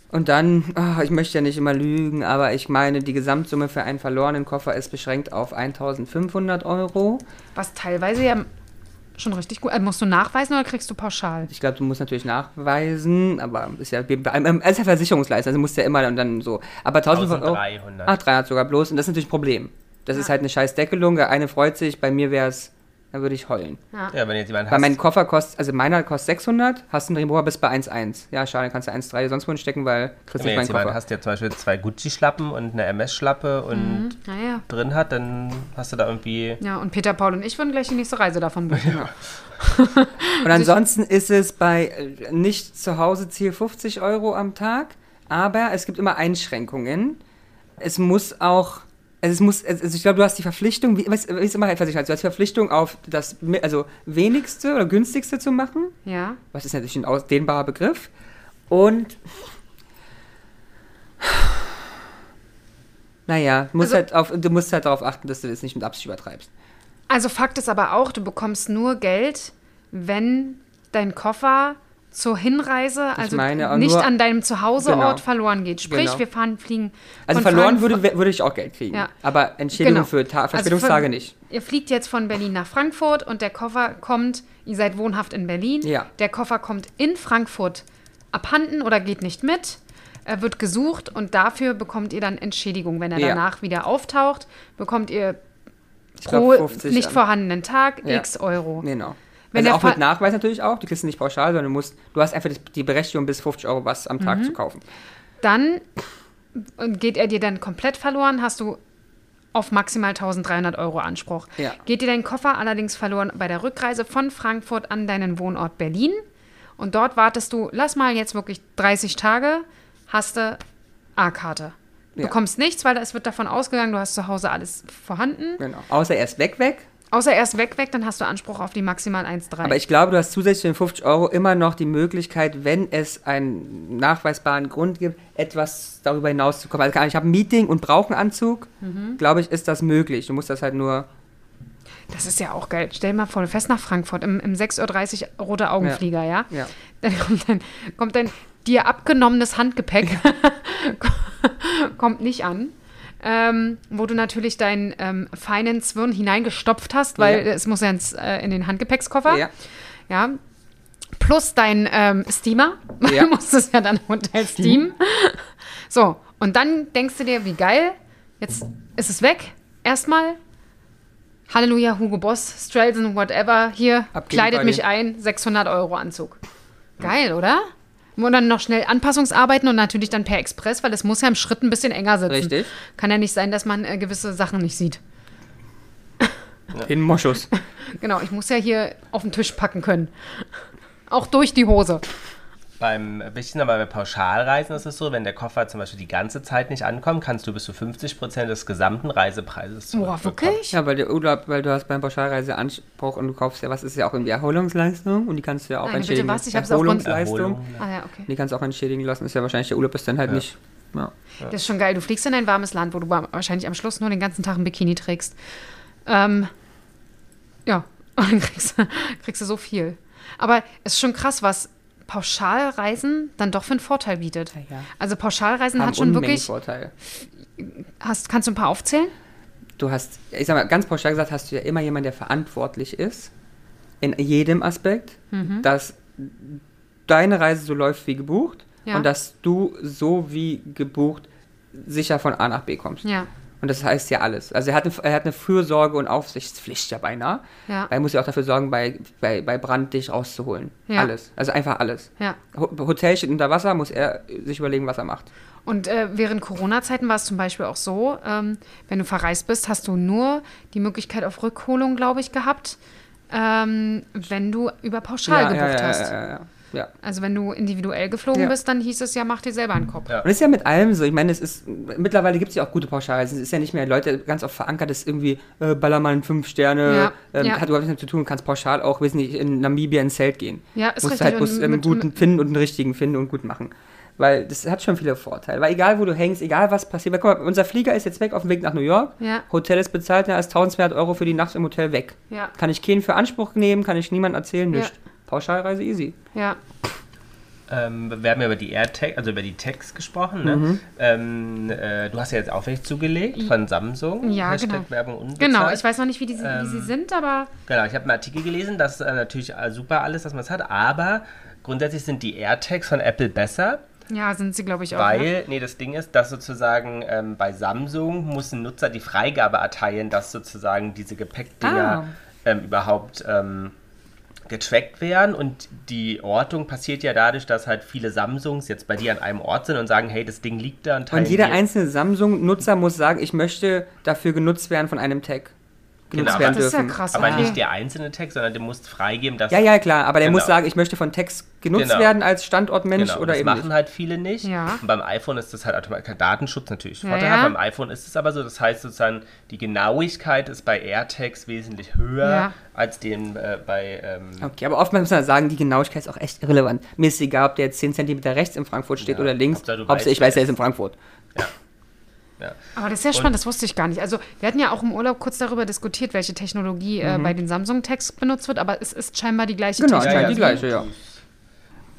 S2: Und dann, ah, ich möchte ja nicht immer lügen, aber ich meine, die Gesamtsumme für einen verlorenen Koffer ist beschränkt auf 1500 Euro.
S1: Was teilweise ja schon richtig gut. Äh, musst du nachweisen oder kriegst du pauschal?
S2: Ich glaube, du musst natürlich nachweisen, aber ist ja bei einem als Versicherungsleistung, also musst du ja immer dann, dann so. Aber 1000 Euro.
S3: 1300.
S2: Ach, 300 sogar bloß. Und das ist natürlich ein Problem. Das ist halt eine scheiß Deckelung. Der eine freut sich, bei mir wäre es, dann würde ich heulen.
S3: Ja, wenn jetzt jemand
S2: Weil
S3: hast,
S2: mein Koffer kostet, also meiner kostet 600, hast einen Remover bis bei 1,1. Ja, schade, kannst du 1,3 sonst wohin stecken, weil kriegst nicht
S3: wenn
S2: meinen
S3: jetzt jemand
S2: Koffer.
S3: hast, der zum Beispiel zwei Gucci-Schlappen und eine MS-Schlappe und
S1: Naja.
S3: drin hat, dann hast du da irgendwie.
S1: Ja, und Peter, Paul und ich würden gleich die nächste Reise davon buchen.
S2: Und
S1: Also
S2: ansonsten ist es bei äh, nicht zu Hause Ziel 50 Euro am Tag, aber es gibt immer Einschränkungen. Es muss auch, also es muss, also ich glaube, du hast die Verpflichtung, wie, was, wie ist immer halt versichert, du hast die Verpflichtung auf das, mi- also wenigste oder günstigste zu machen,
S1: Ja.
S2: was ist natürlich ein ausdehnbarer Begriff. Und naja, musst
S1: Also-
S2: halt auf, du musst halt darauf achten, dass du das nicht mit Absicht übertreibst.
S1: Also Fakt ist aber auch, du bekommst nur Geld, wenn dein Koffer zur Hinreise, also
S2: meine auch
S1: nicht
S2: nur-
S1: an deinem Zuhauseort
S2: Genau.
S1: verloren geht. Sprich,
S2: Genau.
S1: wir fahren, fliegen.
S2: Also
S1: von
S2: verloren
S1: Frankfurt-
S2: würde, würde ich auch Geld kriegen,
S1: Ja.
S2: aber Entschädigung
S1: Genau.
S2: für Ta
S1: Also
S2: Verspätungstage
S1: von-
S2: nicht.
S1: Ihr fliegt jetzt von Berlin nach Frankfurt und der Koffer kommt, ihr seid wohnhaft in Berlin.
S2: Ja.
S1: Der Koffer kommt in Frankfurt abhanden oder geht nicht mit. Er wird gesucht und dafür bekommt ihr dann Entschädigung. Wenn er
S2: Ja.
S1: danach wieder auftaucht, bekommt ihr
S2: Ich
S1: pro
S2: glaub, 50
S1: nicht
S2: an-
S1: vorhandenen Tag
S2: Ja.
S1: x Euro.
S2: Genau.
S1: Wenn
S2: also
S1: der
S2: auch mit
S1: Fall-
S2: Nachweis natürlich auch. Die kriegst du nicht pauschal, sondern du musst, du hast einfach das- die Berechtigung, bis 50 Euro was am
S1: Mhm.
S2: Tag zu kaufen.
S1: Dann geht er dir dann komplett verloren, hast du auf maximal 1300 Euro Anspruch.
S2: Ja.
S1: Geht dir dein Koffer allerdings verloren bei der Rückreise von Frankfurt an deinen Wohnort Berlin und dort wartest du, lass mal jetzt wirklich 30 Tage, hast du A-Karte. Du
S2: Ja.
S1: bekommst nichts, weil es wird davon ausgegangen, du hast zu Hause alles vorhanden.
S2: Genau. Außer er ist weg, weg.
S1: Außer erst weg, weg, dann hast du Anspruch auf die maximal 1,3.
S2: Aber ich glaube, du hast zusätzlich zu den 50 Euro immer noch die Möglichkeit, wenn es einen nachweisbaren Grund gibt, etwas darüber hinaus zu kommen. Also keine Ahnung, ich habe ein Meeting und brauche einen Anzug.
S1: Mhm.
S2: Glaube ich, ist das möglich. Du musst das halt nur.
S1: Das ist ja auch geil. Stell dir mal vor, du fährst nach Frankfurt im, im 6.30 Uhr roter Augenflieger, ja?
S2: Ja.
S1: Dann kommt dein, kommt dein dir abgenommenes Handgepäck, kommt nicht an. Ähm, wo du natürlich deinen ähm, feinen Zwirn hineingestopft hast, weil
S2: Ja.
S1: es muss ja ins, äh, in den Handgepäckskoffer.
S2: Ja.
S1: ja. Plus dein ähm, Steamer.
S2: Ja.
S1: Du musst es ja dann im Hotel steamen. So, und dann denkst du dir, wie geil, jetzt ist es weg. Erstmal, Halleluja, Hugo Boss, Strelson, whatever, hier,
S2: Ab gegen
S1: kleidet
S2: Bali.
S1: mich ein, 600 Euro Anzug. Geil, oder? Und dann noch schnell Anpassungsarbeiten und natürlich dann per Express, weil es muss ja im Schritt ein bisschen enger sitzen.
S2: Richtig.
S1: Kann ja nicht sein, dass man äh, gewisse Sachen nicht sieht.
S2: Den Moschus.
S1: Genau, ich muss ja hier auf den Tisch packen können. Auch durch die Hose.
S3: Beim wichtig aber bei Pauschalreisen ist es so, wenn der Koffer zum Beispiel die ganze Zeit nicht ankommt, kannst du bis zu 50% des gesamten Reisepreises
S1: Boah,
S3: zurückbekommen.
S1: wirklich?
S2: Ja, weil, der Urlaub, weil du hast beim Pauschalreise Anspruch und du kaufst ja was, ist ja auch irgendwie Erholungsleistung und die kannst du ja auch
S1: Nein, bitte
S2: entschädigen.
S1: was? Ich hab's auch von-
S2: Erholungsleistung.
S3: Erholung.
S1: Ah ja, okay.
S2: Die kannst du auch entschädigen lassen. Ist ja wahrscheinlich der Urlaub ist dann halt nicht. Ja.
S1: Das ist schon geil. Du fliegst in ein warmes Land, wo du wa- wahrscheinlich am Schluss nur den ganzen Tag ein Bikini trägst. Ähm, ja, und dann kriegst, du- kriegst du so viel. Aber es ist schon krass, was Pauschalreisen dann doch für einen Vorteil bietet.
S2: ja.
S1: Also Pauschalreisen
S2: Haben
S1: hat schon
S2: Unmengen
S1: wirklich.
S2: Vorteil.
S1: Hast, kannst du ein paar aufzählen?
S2: Du hast, ich sag mal, ganz pauschal gesagt, hast du ja immer jemanden, der verantwortlich ist. In jedem Aspekt.
S1: Mhm.
S2: Dass deine Reise so läuft wie gebucht.
S1: Ja.
S2: Und dass du so wie gebucht sicher von A nach B kommst.
S1: Ja.
S2: Und das heißt ja alles. Also er hat eine, er hat eine Fürsorge und Aufsichtspflicht ja beinahe.
S1: Ja.
S2: Weil er muss ja auch dafür sorgen, bei, bei, bei Brand dich rauszuholen.
S1: Ja.
S2: Alles. Also einfach alles.
S1: Ja.
S2: Ho- Hotel steht unter Wasser, muss er sich überlegen, was er macht.
S1: Und äh, während Corona-Zeiten war es zum Beispiel auch so, ähm, wenn du verreist bist, hast du nur die Möglichkeit auf Rückholung, glaube ich, gehabt, ähm, wenn du über Pauschal
S2: ja,
S1: gebucht
S2: ja, ja,
S1: hast.
S2: Ja, ja, ja. ja.
S1: Also wenn du individuell geflogen
S2: Ja.
S1: bist, dann hieß es ja, mach dir selber einen Kopf.
S3: Ja.
S2: Und das ist ja mit allem so. Ich meine, es ist mittlerweile gibt es ja auch gute Pauschalreisen. Es ist ja nicht mehr Leute ganz oft verankert, dass irgendwie äh, Ballermann fünf Sterne
S1: Ja,
S2: ähm,
S1: ja.
S2: hat überhaupt nichts damit zu tun. Kannst pauschal auch, weiß nicht, in Namibia ins Zelt gehen.
S1: Ja, ist
S2: musst
S1: richtig.
S2: Halt,
S1: Und
S2: musst einen
S1: mit-
S2: guten finden und einen richtigen finden und gut machen. Weil das hat schon viele Vorteile. Weil egal, wo du hängst, egal was passiert. Weil, guck mal, unser Flieger ist jetzt weg auf dem Weg nach New York.
S1: Ja.
S2: Hotel ist bezahlt, da ist 1200 Euro für die Nacht im Hotel weg.
S1: Ja.
S2: Kann ich keinen für Anspruch nehmen, kann ich niemand erzählen,
S1: Ja.
S2: nicht. Pauschalreise easy.
S1: Ja.
S3: Ähm, wir haben ja über die AirTag, also über die Tags gesprochen. Ne?
S1: Mhm.
S3: Ähm, äh, du hast ja jetzt auch welche zugelegt von Samsung.
S1: Ja,
S3: Hashtag
S1: genau.
S3: Werbung unbezahlt.
S1: Genau, ich weiß noch nicht, wie, die, wie
S2: Ähm,
S1: sie sind, aber
S3: Genau, ich habe einen Artikel gelesen, das ist äh, natürlich äh, super alles, was man es hat, aber grundsätzlich sind die AirTags von Apple besser,
S1: ja, sind sie, glaube ich, auch. ne?
S3: weil, nee, das Ding ist, dass sozusagen ähm, bei Samsung muss ein Nutzer die Freigabe erteilen, dass sozusagen diese
S2: Ah.
S3: Gepäckdinger ähm, überhaupt ähm, getrackt werden und die Ortung passiert ja dadurch, dass halt viele Samsungs jetzt bei dir an einem Ort sind und sagen, hey, das Ding liegt da und teilen
S2: Und jeder
S3: die-
S2: einzelne Samsung-Nutzer muss sagen, ich möchte dafür genutzt werden von einem Tag. Genutzt
S3: Genau,
S2: werden
S1: Das ist ja
S2: dürfen.
S1: krass.
S3: Aber
S1: okay.
S3: nicht der einzelne Tag, sondern du musst freigeben, dass
S2: Ja, ja, klar, aber der
S3: Genau.
S2: muss sagen, ich möchte von Text genutzt
S3: Genau.
S2: werden als Standortmensch
S3: Genau,
S2: oder
S3: das
S2: eben
S3: machen
S2: nicht.
S3: halt viele nicht.
S1: Ja.
S3: Und beim iPhone ist das halt automatisch Datenschutz natürlich
S1: Ja,
S3: Vorteil.
S1: ja.
S3: Beim iPhone ist es aber so, das heißt sozusagen, die Genauigkeit ist bei AirTags wesentlich höher
S1: Ja.
S3: als den äh, bei ähm,
S2: Okay, aber oftmals muss man sagen, die Genauigkeit ist auch echt irrelevant. Mir ist egal, ob der jetzt 10 cm rechts in Frankfurt steht
S3: Ja,
S2: oder links.
S3: Hauptsache, du
S2: Hauptsache, ich
S3: weißt,
S2: weiß, er ist in Frankfurt.
S3: ja.
S1: Aber das ist ja spannend, das wusste ich gar nicht. Also, wir hatten ja auch im Urlaub kurz darüber diskutiert, welche Technologie äh, bei den Samsung-Tags benutzt wird, aber es ist scheinbar die gleiche
S2: Mhm. Genau,
S1: Technologie.
S2: anscheinend die
S3: ja,
S2: gleiche, ja.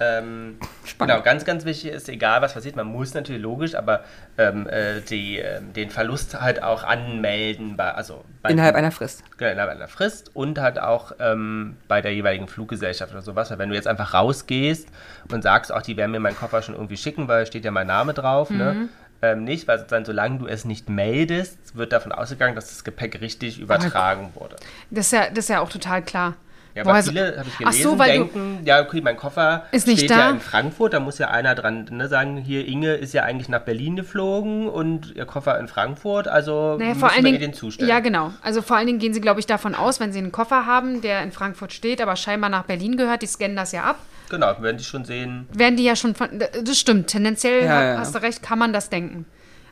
S3: Ähm,
S2: Spannend.
S3: genau, ganz, ganz wichtig ist, egal was passiert, man muss natürlich logisch, aber ähm, äh, die, ähm, den Verlust halt auch anmelden, bei, also bei
S2: Innerhalb einer Frist.
S3: Genau, innerhalb einer Frist und halt auch ähm, bei der jeweiligen Fluggesellschaft oder sowas. Weil wenn du jetzt einfach rausgehst und sagst, ach, die werden mir meinen Koffer schon irgendwie schicken, weil steht ja mein Name drauf,
S1: Mhm.
S3: ne? Ähm, nicht, weil sozusagen, solange du es nicht meldest, wird davon ausgegangen, dass das Gepäck richtig übertragen wurde.
S1: Das ist ja, das ist ja auch total klar.
S3: Ja,
S1: Boah,
S3: aber
S1: also-
S3: viele, habe ich
S1: ach
S3: gelesen,
S1: so, weil du,
S3: denken, ja, okay, mein Koffer
S1: Ist nicht
S3: steht
S1: da.
S3: ja in Frankfurt, da muss ja einer dran ne, sagen, hier, Inge ist ja eigentlich nach Berlin geflogen und ihr Koffer in Frankfurt, also
S1: Naja,
S3: müssen
S1: vor allen
S3: wir
S1: Dingen,
S3: ihr den zustellen.
S1: Ja, genau. Also vor allen Dingen gehen sie, glaube ich, davon aus, wenn sie einen Koffer haben, der in Frankfurt steht, aber scheinbar nach Berlin gehört, die scannen das ja ab,
S3: genau, werden die schon sehen,
S1: werden die ja schon von. Das stimmt, tendenziell
S2: Ja,
S1: ha-
S2: ja.
S1: hast du recht, kann man das denken.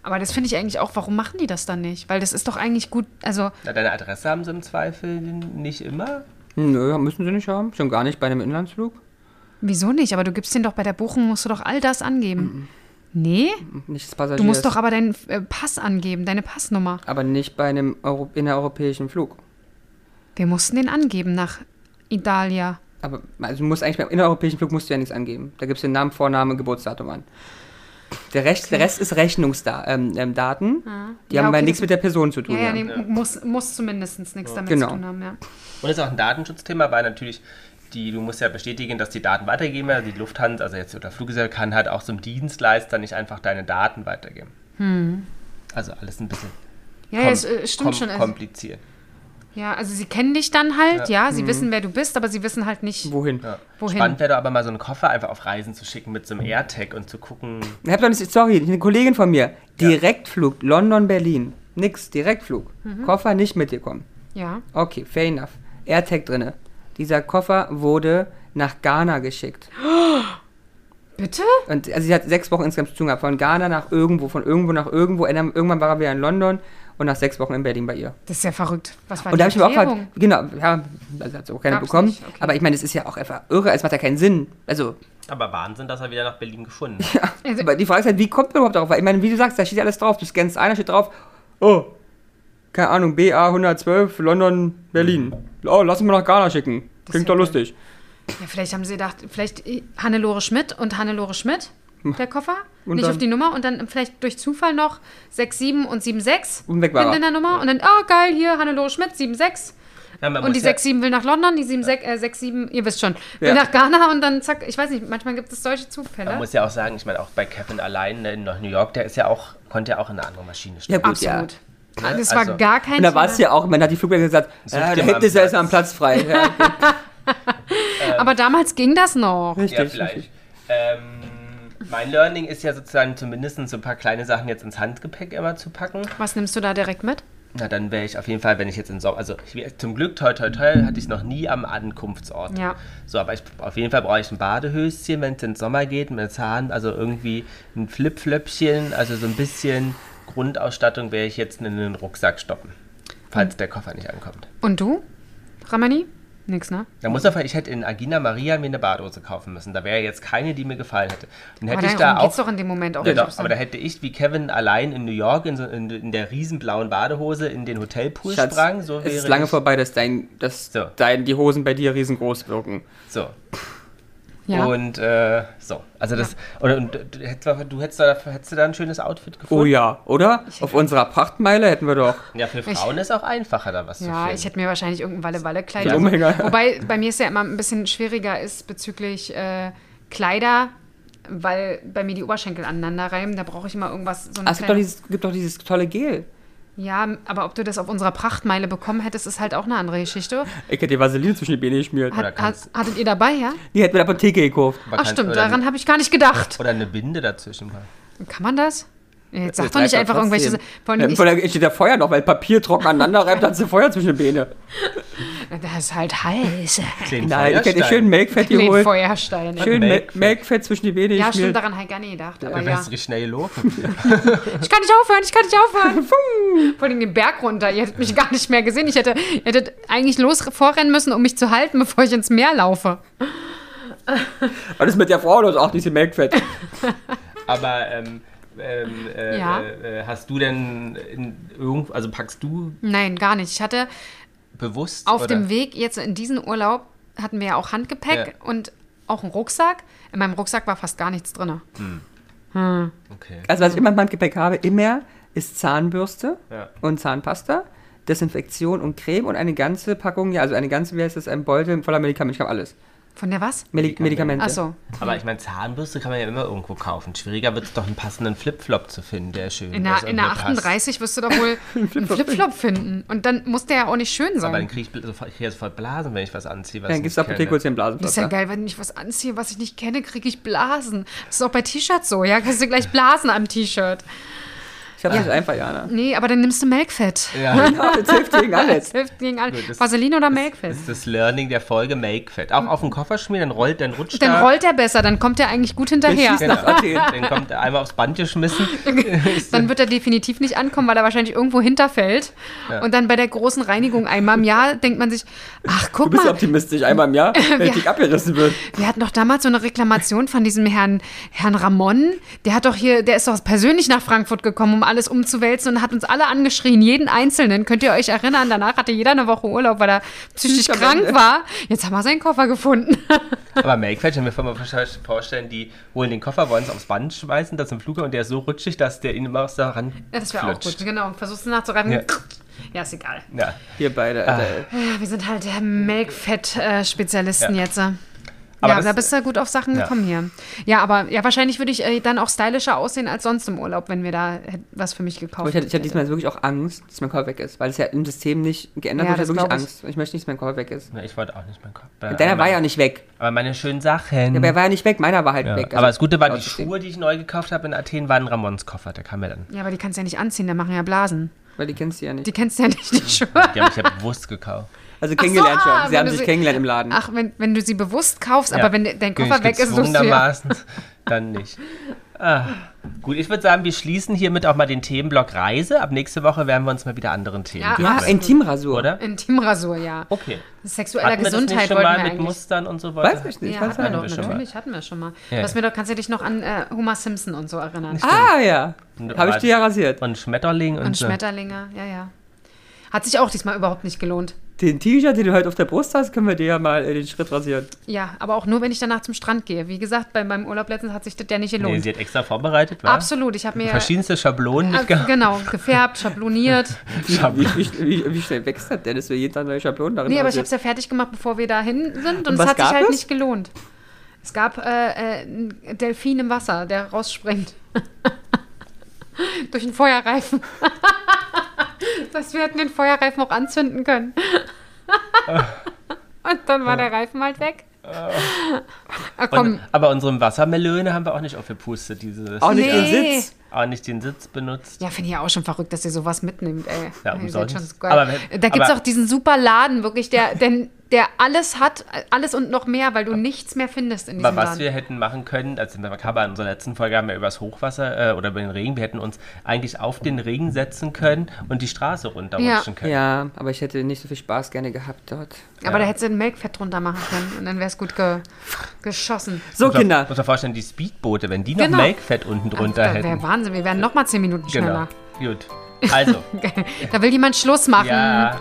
S1: Aber das finde ich eigentlich auch, warum machen die das dann nicht? Weil das ist doch eigentlich gut, also
S3: Na, deine Adresse haben sie im Zweifel nicht immer.
S2: Nö, müssen sie nicht haben. Schon gar nicht bei einem Inlandsflug.
S1: wieso nicht? Aber du gibst den doch bei der Buchung, musst du doch all das
S3: Mhm.
S1: angeben. Nee?
S2: Nicht das Passagier.
S1: Du musst doch aber deinen äh, Pass angeben, deine Passnummer.
S2: aber nicht bei einem Euro innereuropäischen Flug.
S1: Wir mussten den angeben nach Italia.
S2: Aber also du musst eigentlich beim innereuropäischen Flug musst du ja nichts angeben. Da gibst du den Namen, Vorname, Geburtsdatum an. Der Rest, der Rest ist Rechnungsdaten. Ähm, ähm, Daten. Die
S1: Ah. Ja,
S2: haben aber
S1: okay,
S2: nichts
S1: das-
S2: mit der Person zu tun.
S1: Ja, ja, nee,
S2: haben.
S1: muss, muss zumindest nichts damit
S2: Genau.
S1: zu tun haben, ja.
S3: Und das ist auch ein Datenschutzthema, weil natürlich die, du musst ja bestätigen, dass die Daten weitergegeben werden. Also die Lufthansa, also jetzt oder Fluggesellschaft kann halt auch zum Dienstleister nicht einfach deine Daten weitergeben. Also alles ein bisschen
S1: Hm. Ja, ja, es äh, stimmt
S3: kom-
S1: schon. Also,
S3: kompliziert.
S1: ja, also sie kennen dich dann halt, ja,
S2: Mhm.
S1: sie wissen, wer du bist, aber sie wissen halt nicht.
S2: Wohin?
S3: Ja.
S1: Wohin?
S3: Spannend wäre doch aber mal so einen Koffer einfach auf Reisen zu schicken mit so einem AirTag und zu gucken.
S2: Ich hab doch nicht, sorry, eine Kollegin von mir. Direktflug, London, Berlin. Nix, Direktflug.
S1: Mhm.
S2: Koffer nicht mitgekommen.
S1: Ja.
S2: Okay, fair enough. AirTag drinne. Dieser Koffer wurde nach Ghana geschickt.
S1: Bitte?
S2: Und also sie hat sechs Wochen insgesamt zu tun gehabt. Von Ghana nach irgendwo, von irgendwo nach irgendwo. Ändern- Irgendwann war er wieder in London und nach sechs Wochen in Berlin bei ihr.
S1: Das ist ja verrückt. Was war
S2: Und
S1: die
S2: da habe ich mir auch gefragt,
S1: Erklärung?
S2: genau, ja, also hat sie auch keine
S1: Gab's
S2: bekommen.
S1: nicht, okay.
S2: Aber ich meine, das ist ja auch einfach irre, es macht ja keinen Sinn. Also,
S3: Aber Wahnsinn, dass er wieder nach Berlin gefunden hat.
S1: Also-
S2: aber die Frage ist halt, wie kommt man überhaupt darauf? Weil ich meine, wie du sagst, da steht ja alles drauf. Du scannst einer, steht drauf, oh, keine Ahnung, BA 112, London, Berlin. Oh, lass uns mal nach Ghana schicken. Klingt
S1: ja
S2: doch lustig.
S1: Ja, vielleicht haben sie gedacht, vielleicht äh, Hannelore Schmidt und Hannelore Schmidt, der Koffer.
S2: Hm. Und
S1: nicht
S2: dann-
S1: auf die Nummer und dann vielleicht durch Zufall noch 6, 7 und 7, 6.
S2: Und weg war
S1: hinten
S2: er.
S1: in der Nummer. Und dann, ah, geil, hier, Hannelore Schmidt, 7, 6.
S3: Ja, man
S1: Und die
S3: muss ja-
S1: 6-7 will nach London, die 7-6, äh, 6-7, ihr wisst schon, will
S2: Ja.
S1: nach Ghana und dann zack, ich weiß nicht, manchmal gibt es solche
S3: Man
S1: Zufälle.
S3: muss ja auch sagen, ich meine, auch bei Kevin allein ne, in New York, der ist ja auch, konnte ja auch in eine andere Maschine steigen.
S2: gut,
S1: Absolut.
S3: ja.
S1: Das
S3: Also-
S1: war gar kein
S2: Und da war es ja auch, man hat die Flugzeuge gesagt,
S3: Such
S2: ja, da
S3: dir mal
S2: hätte
S3: einen
S2: es erstmal einen Platz frei. Ja,
S1: Aber damals ging das noch.
S2: richtig,
S3: Ja, vielleicht. Ähm, mein Learning ist ja sozusagen zumindest so ein paar kleine Sachen jetzt ins Handgepäck immer zu packen.
S1: Was nimmst du da direkt mit?
S3: Na, dann wäre ich auf jeden Fall, wenn ich jetzt in Sommer, also ich, wär- zum Glück, toi, toi, toi, hatte ich es noch nie am Ankunftsort.
S1: Ja.
S3: So, aber ich, auf jeden Fall brauche ich ein Badehöschen, wenn es in den Sommer geht, mit Zahn, also irgendwie ein Flipflöppchen, also so ein bisschen Grundausstattung wäre
S1: Hm.
S3: ich jetzt in den Rucksack stoppen, falls der Koffer nicht ankommt.
S1: Und du, Ramani? Nix, ne?
S3: Da muss er, ich hätte in Agina Maria mir eine Badehose kaufen müssen. Da wäre jetzt keine, die mir gefallen hätte. Dann hätte
S1: Aber
S3: ich da
S1: darum geht's
S3: auch.
S1: doch in dem Moment auch
S3: Ja,
S1: nicht.
S3: doch, aber da hätte ich wie Kevin allein in New York in, so, in, in der riesenblauen Badehose in den Hotelpool sprang. So
S2: es ist
S3: wäre
S2: lange
S3: ich,
S2: vorbei, dass, dein, dass
S3: So.
S2: dein, die Hosen bei dir riesengroß wirken.
S3: So.
S1: ja.
S3: Und äh, so. Also das. Oder, und, du, hättest, doch- du hättest, da, hättest du da ein schönes Outfit gefunden.
S2: Oh ja, oder? Auf unserer Prachtmeile hätten wir doch.
S3: Ja, für Frauen ist auch einfacher, da was zu
S1: Ja,
S3: finden.
S1: ich hätte mir wahrscheinlich irgendein Walle-Walle-Kleid.
S2: Ja,
S1: Also,
S2: Umhänger.
S1: wobei bei mir es ja immer ein bisschen schwieriger ist bezüglich äh, Kleider, weil bei mir die Oberschenkel aneinander reiben. Da brauche ich immer irgendwas. So eine
S2: Ah, es gibt doch,
S1: kleine-
S2: dieses, gibt doch dieses tolle Gel.
S1: ja, aber ob du das auf unserer Prachtmeile bekommen hättest, ist halt auch eine andere Geschichte.
S2: Ich hätte die Vaseline zwischen die Beine geschmiert.
S3: Oder
S1: Hat, hat,
S3: kannst-
S1: hattet ihr dabei, ja?
S2: Die hätten wir in der Apotheke gekauft.
S3: Man
S1: Ach
S3: kann-
S1: stimmt,
S3: oder,
S1: daran habe ich gar nicht gedacht.
S3: Oder eine Binde dazwischen.
S1: Kann man das? Jetzt sag
S2: Das
S1: doch
S2: reibt
S1: nicht einfach irgendwelche.
S2: trotzdem.
S1: Vor allem
S2: Ja, Vor allem Ähm, steht da Feuer noch, weil Papier trocken aneinander reibt, dann ist Feuer zwischen den Beine.
S1: ich, das ist halt heiß.
S3: Den
S2: Nein, ich hätte
S3: Feuerstein.
S2: schön Melkfett
S1: Den
S2: geholt.
S1: Feuerstein.
S2: Schön Mel-
S3: Melkfett.
S2: Melkfett zwischen die Beine
S1: Ja, stimmt,
S2: geschmiert.
S1: daran habe ich gar nicht gedacht. Aber
S3: Du
S1: ja.
S3: wärst richtig schnell gelaufen.
S1: Ich kann nicht aufhören, ich kann nicht aufhören. Fum. Vor allem den Berg runter. Ihr hättet mich gar nicht mehr gesehen. Ich hätte, ihr hättet eigentlich los vorrennen müssen, um mich zu halten, bevor ich ins Meer laufe.
S2: Was ist mit der Frau los? Ach, diese Melkfett.
S3: Aber ähm, ähm, äh,
S1: Ja.
S3: äh, hast du denn in irgend, also packst du
S1: Nein, gar nicht. Ich hatte
S3: bewusst
S1: auf
S3: oder?
S1: dem Weg jetzt in diesen Urlaub hatten wir ja auch Handgepäck
S3: Ja.
S1: und auch einen Rucksack. In meinem Rucksack war fast gar nichts drin.
S3: Okay.
S2: Also, was ich immer im Handgepäck habe, immer ist Zahnbürste
S3: Ja.
S2: und Zahnpasta, Desinfektion und Creme und eine ganze Packung, ja, also eine ganze, wie heißt das, ein Beutel voller Medikamente. Ich habe alles.
S1: Von der was?
S2: Medi Medikamente.
S1: Achso.
S3: Aber ich meine, Zahnbürste kann man ja immer irgendwo kaufen. Schwieriger wird es doch, einen passenden Flipflop zu finden, der schön
S1: In
S3: ist
S1: der,
S3: und
S1: in der
S3: mir passt.
S1: 38 wirst du doch wohl einen Flipflop finden. Und dann muss der ja auch nicht schön
S3: Aber dann
S1: sein.
S3: kriege ich, bl- sofort- ich krieg ja sofort Blasen, wenn ich was anziehe. Was
S2: Dann
S3: ich
S2: gibt es
S3: nicht
S2: Apotheke kurz den
S1: Das ist ja
S2: Blasenplatz.
S1: geil, wenn ich was anziehe, was ich nicht kenne, kriege ich Blasen. Das ist auch bei T-Shirts so, ja? Kriegst du gleich Blasen am T-Shirt.
S2: Ich habe das einfach, Jana.
S1: Nee, aber dann nimmst du Melkfett.
S3: kenne. Ja,
S2: Ja, das hilft gegen
S1: Das
S2: alles.
S1: hilft gegen alle.
S3: das-
S1: Vaseline oder Melkfett?
S3: das ist das Learning der Folge Make-Fett. Auch auf den Koffer schmieren, dann rollt, dann rutscht
S1: Dann
S3: er.
S1: rollt er besser, dann kommt er Genau. eigentlich gut hinterher.
S2: schießt nach Athen.
S3: Dann kommt er einmal aufs Band geschmissen.
S1: Dann wird er definitiv nicht ankommen, weil er wahrscheinlich irgendwo hinterfällt. Und dann bei der großen Reinigung einmal im Jahr denkt man sich, ach
S2: Du
S1: guck
S2: bist
S1: mal,
S2: optimistisch, einmal im Jahr, wenn ich abgerissen wird.
S1: wir hatten doch damals so eine Reklamation von diesem Herrn, Herrn Ramon. Der hat doch hier, der ist doch persönlich nach Frankfurt gekommen, um alles umzuwälzen und hat uns alle angeschrien, jeden Einzelnen. Könnt ihr euch erinnern? Danach hatte jeder eine Woche Urlaub, weil er psychisch
S2: Psychisch am
S1: krank
S2: Ende.
S1: war. Jetzt haben wir seinen Koffer gefunden.
S3: Aber Make-Fett, ich kann mir vor- vor- vorstellen, die holen den Koffer, wollen es aufs Band schmeißen, das im Flughafen und der ist so rutschig, dass der ihn immer aus der Hand
S1: Ja, das wäre auch
S3: flutscht.
S1: gut, genau. Versuchst du nachzureiben. Ja.
S3: Ja.
S1: ist egal.
S3: Ja.
S2: Hier beide, Alter.
S1: Ja, wir sind halt äh, Melkfett-Spezialisten
S3: Ja.
S1: jetzt. äh.
S3: Aber
S1: ja,
S3: das-
S1: da bist du gut auf Sachen
S3: Ja.
S1: gekommen hier. Ja, aber ja, wahrscheinlich würde ich äh, dann auch stylischer aussehen als sonst im Urlaub, wenn wir da hätt- was für mich gekauft
S2: Aber ich hatte, ich hatte diesmal wirklich auch Angst, dass mein Koffer weg ist, weil es ja im System nicht geändert
S1: Ja,
S2: wird. Ich
S1: das
S2: hatte wirklich
S1: glaub ich.
S2: Angst. Und ich möchte nicht, dass mein Koffer weg ist.
S3: Ja, Ich wollte auch nicht meinen Kopf.
S2: Deiner war ja nicht weg.
S3: Aber meine schönen Sachen.
S2: Aber er war ja nicht weg, meiner war halt
S3: Ja,
S2: weg.
S1: also
S3: aber das Gute war, die
S2: auszusehen.
S3: Schuhe, die ich neu gekauft habe in Athen, waren Ramons Koffer. Der kam mir dann.
S1: Ja, aber die kannst du ja nicht anziehen, da machen ja Blasen.
S2: Weil die kennst du ja nicht.
S1: Die kennst du ja nicht,
S3: Hm.
S1: die Schuhe.
S3: Die habe ich ja bewusst gekauft.
S2: Also
S1: ah,
S2: kennengelernt schon. Sie
S1: wenn
S2: haben
S1: du
S2: sich
S1: sie-
S2: kennengelernt im Laden.
S1: Ach, wenn, wenn du sie bewusst kaufst, aber wenn de- dein
S3: Bin
S1: Koffer
S3: ich
S1: weg ist, suchst du ja.
S3: gezwungenermaßen dann nicht. Ah. Gut, ich würde sagen, wir schließen hiermit auch mal den Themenblock Reise. Ab nächste Woche werden wir uns mal wieder anderen Themen
S1: Ja,
S2: ja,
S1: absolut.
S2: Intimrasur.
S3: oder?
S1: Intimrasur, ja.
S3: Okay.
S1: Sexueller
S3: Hatten wir das nicht
S1: Gesundheit
S3: schon
S1: wollten wir
S3: mal mit
S1: eigentlich.
S3: Mustern und so weiter?
S2: Weiß ich nicht.
S1: ja,
S2: kann's
S1: hatten wir
S2: sein.
S1: doch,
S3: Hatten wir schon mal.
S1: natürlich, hatten wir schon mal.
S3: Ja,
S1: Du hast
S3: ja.
S1: mir doch, kannst du dich noch an äh, Homer Simpson und so erinnern?
S2: Ah, ja. Habe ich dir ja rasiert.
S3: Und Schmetterling und,
S1: Und
S3: so.
S1: Schmetterlinge, ja, ja. Hat sich auch diesmal überhaupt nicht gelohnt.
S2: Den T-Shirt, den du heute auf der Brust hast, können wir dir ja mal in den Schritt rasieren.
S1: Ja, aber auch nur, wenn ich danach zum Strand gehe. Wie gesagt, bei meinem Urlaub letztens hat sich das ja nicht
S3: Nee, ne?
S1: gelohnt.
S3: sie hat extra vorbereitet, war?
S1: Absolut, ich habe mir
S3: Verschiedenste Schablonen
S1: Ah,
S3: mitgebracht.
S1: genau gefärbt, schabloniert.
S2: Wie, wie, wie, wie schnell wächst das denn? Dass du jeden Tag neue Schablonen darin
S1: Nee, aber ich habe
S2: rasierst?
S1: es ja fertig gemacht, bevor wir da hin sind und, es
S2: was
S1: hat sich
S2: gab
S1: halt
S2: es?
S1: nicht gelohnt. Es gab äh, äh, einen Delfin im Wasser, der rausspringt. Durch einen Feuerreifen. das heißt, wir hätten den Feuerreifen auch anzünden können. und dann war der Reifen halt weg. Ah, komm.
S3: Und, aber unsere Wassermelone haben wir auch nicht aufgepustet, diese.
S2: Auch nicht
S1: Nee.
S2: den Sitz.
S3: auch nicht den Sitz benutzt.
S1: Ja, finde ich auch schon verrückt, dass ihr sowas mitnimmt, ey.
S3: Ja,
S1: Ihr seid
S3: umsonst.
S1: schon so geil.
S3: Aber-
S1: da gibt es auch
S3: aber-
S1: diesen super Laden, wirklich, der, denn der alles hat, alles und noch mehr, weil du nichts mehr findest in diesem
S3: Aber was
S1: Laden.
S3: wir hätten machen können, als in der Makaber in unserer letzten Folge haben wir über das Hochwasser äh, oder über den Regen, wir hätten uns eigentlich auf den Regen setzen können und die Straße runterrutschen
S1: Ja.
S3: können.
S2: Ja, aber ich hätte nicht so viel Spaß gerne gehabt dort.
S1: Aber da hättest du ein Melkfett drunter machen können und dann wäre es gut ge geschossen.
S2: So,
S3: Muss man-
S2: Kinder.
S3: Muss man vorstellen, die Speedboote, wenn die noch
S1: Genau.
S3: Melkfett unten drunter
S1: Ach, da
S3: hätten. Genau.
S1: wäre Wahnsinn, wir wären nochmal zehn Minuten schneller.
S3: Gut. Also,
S1: Da will jemand Schluss machen.
S3: ja.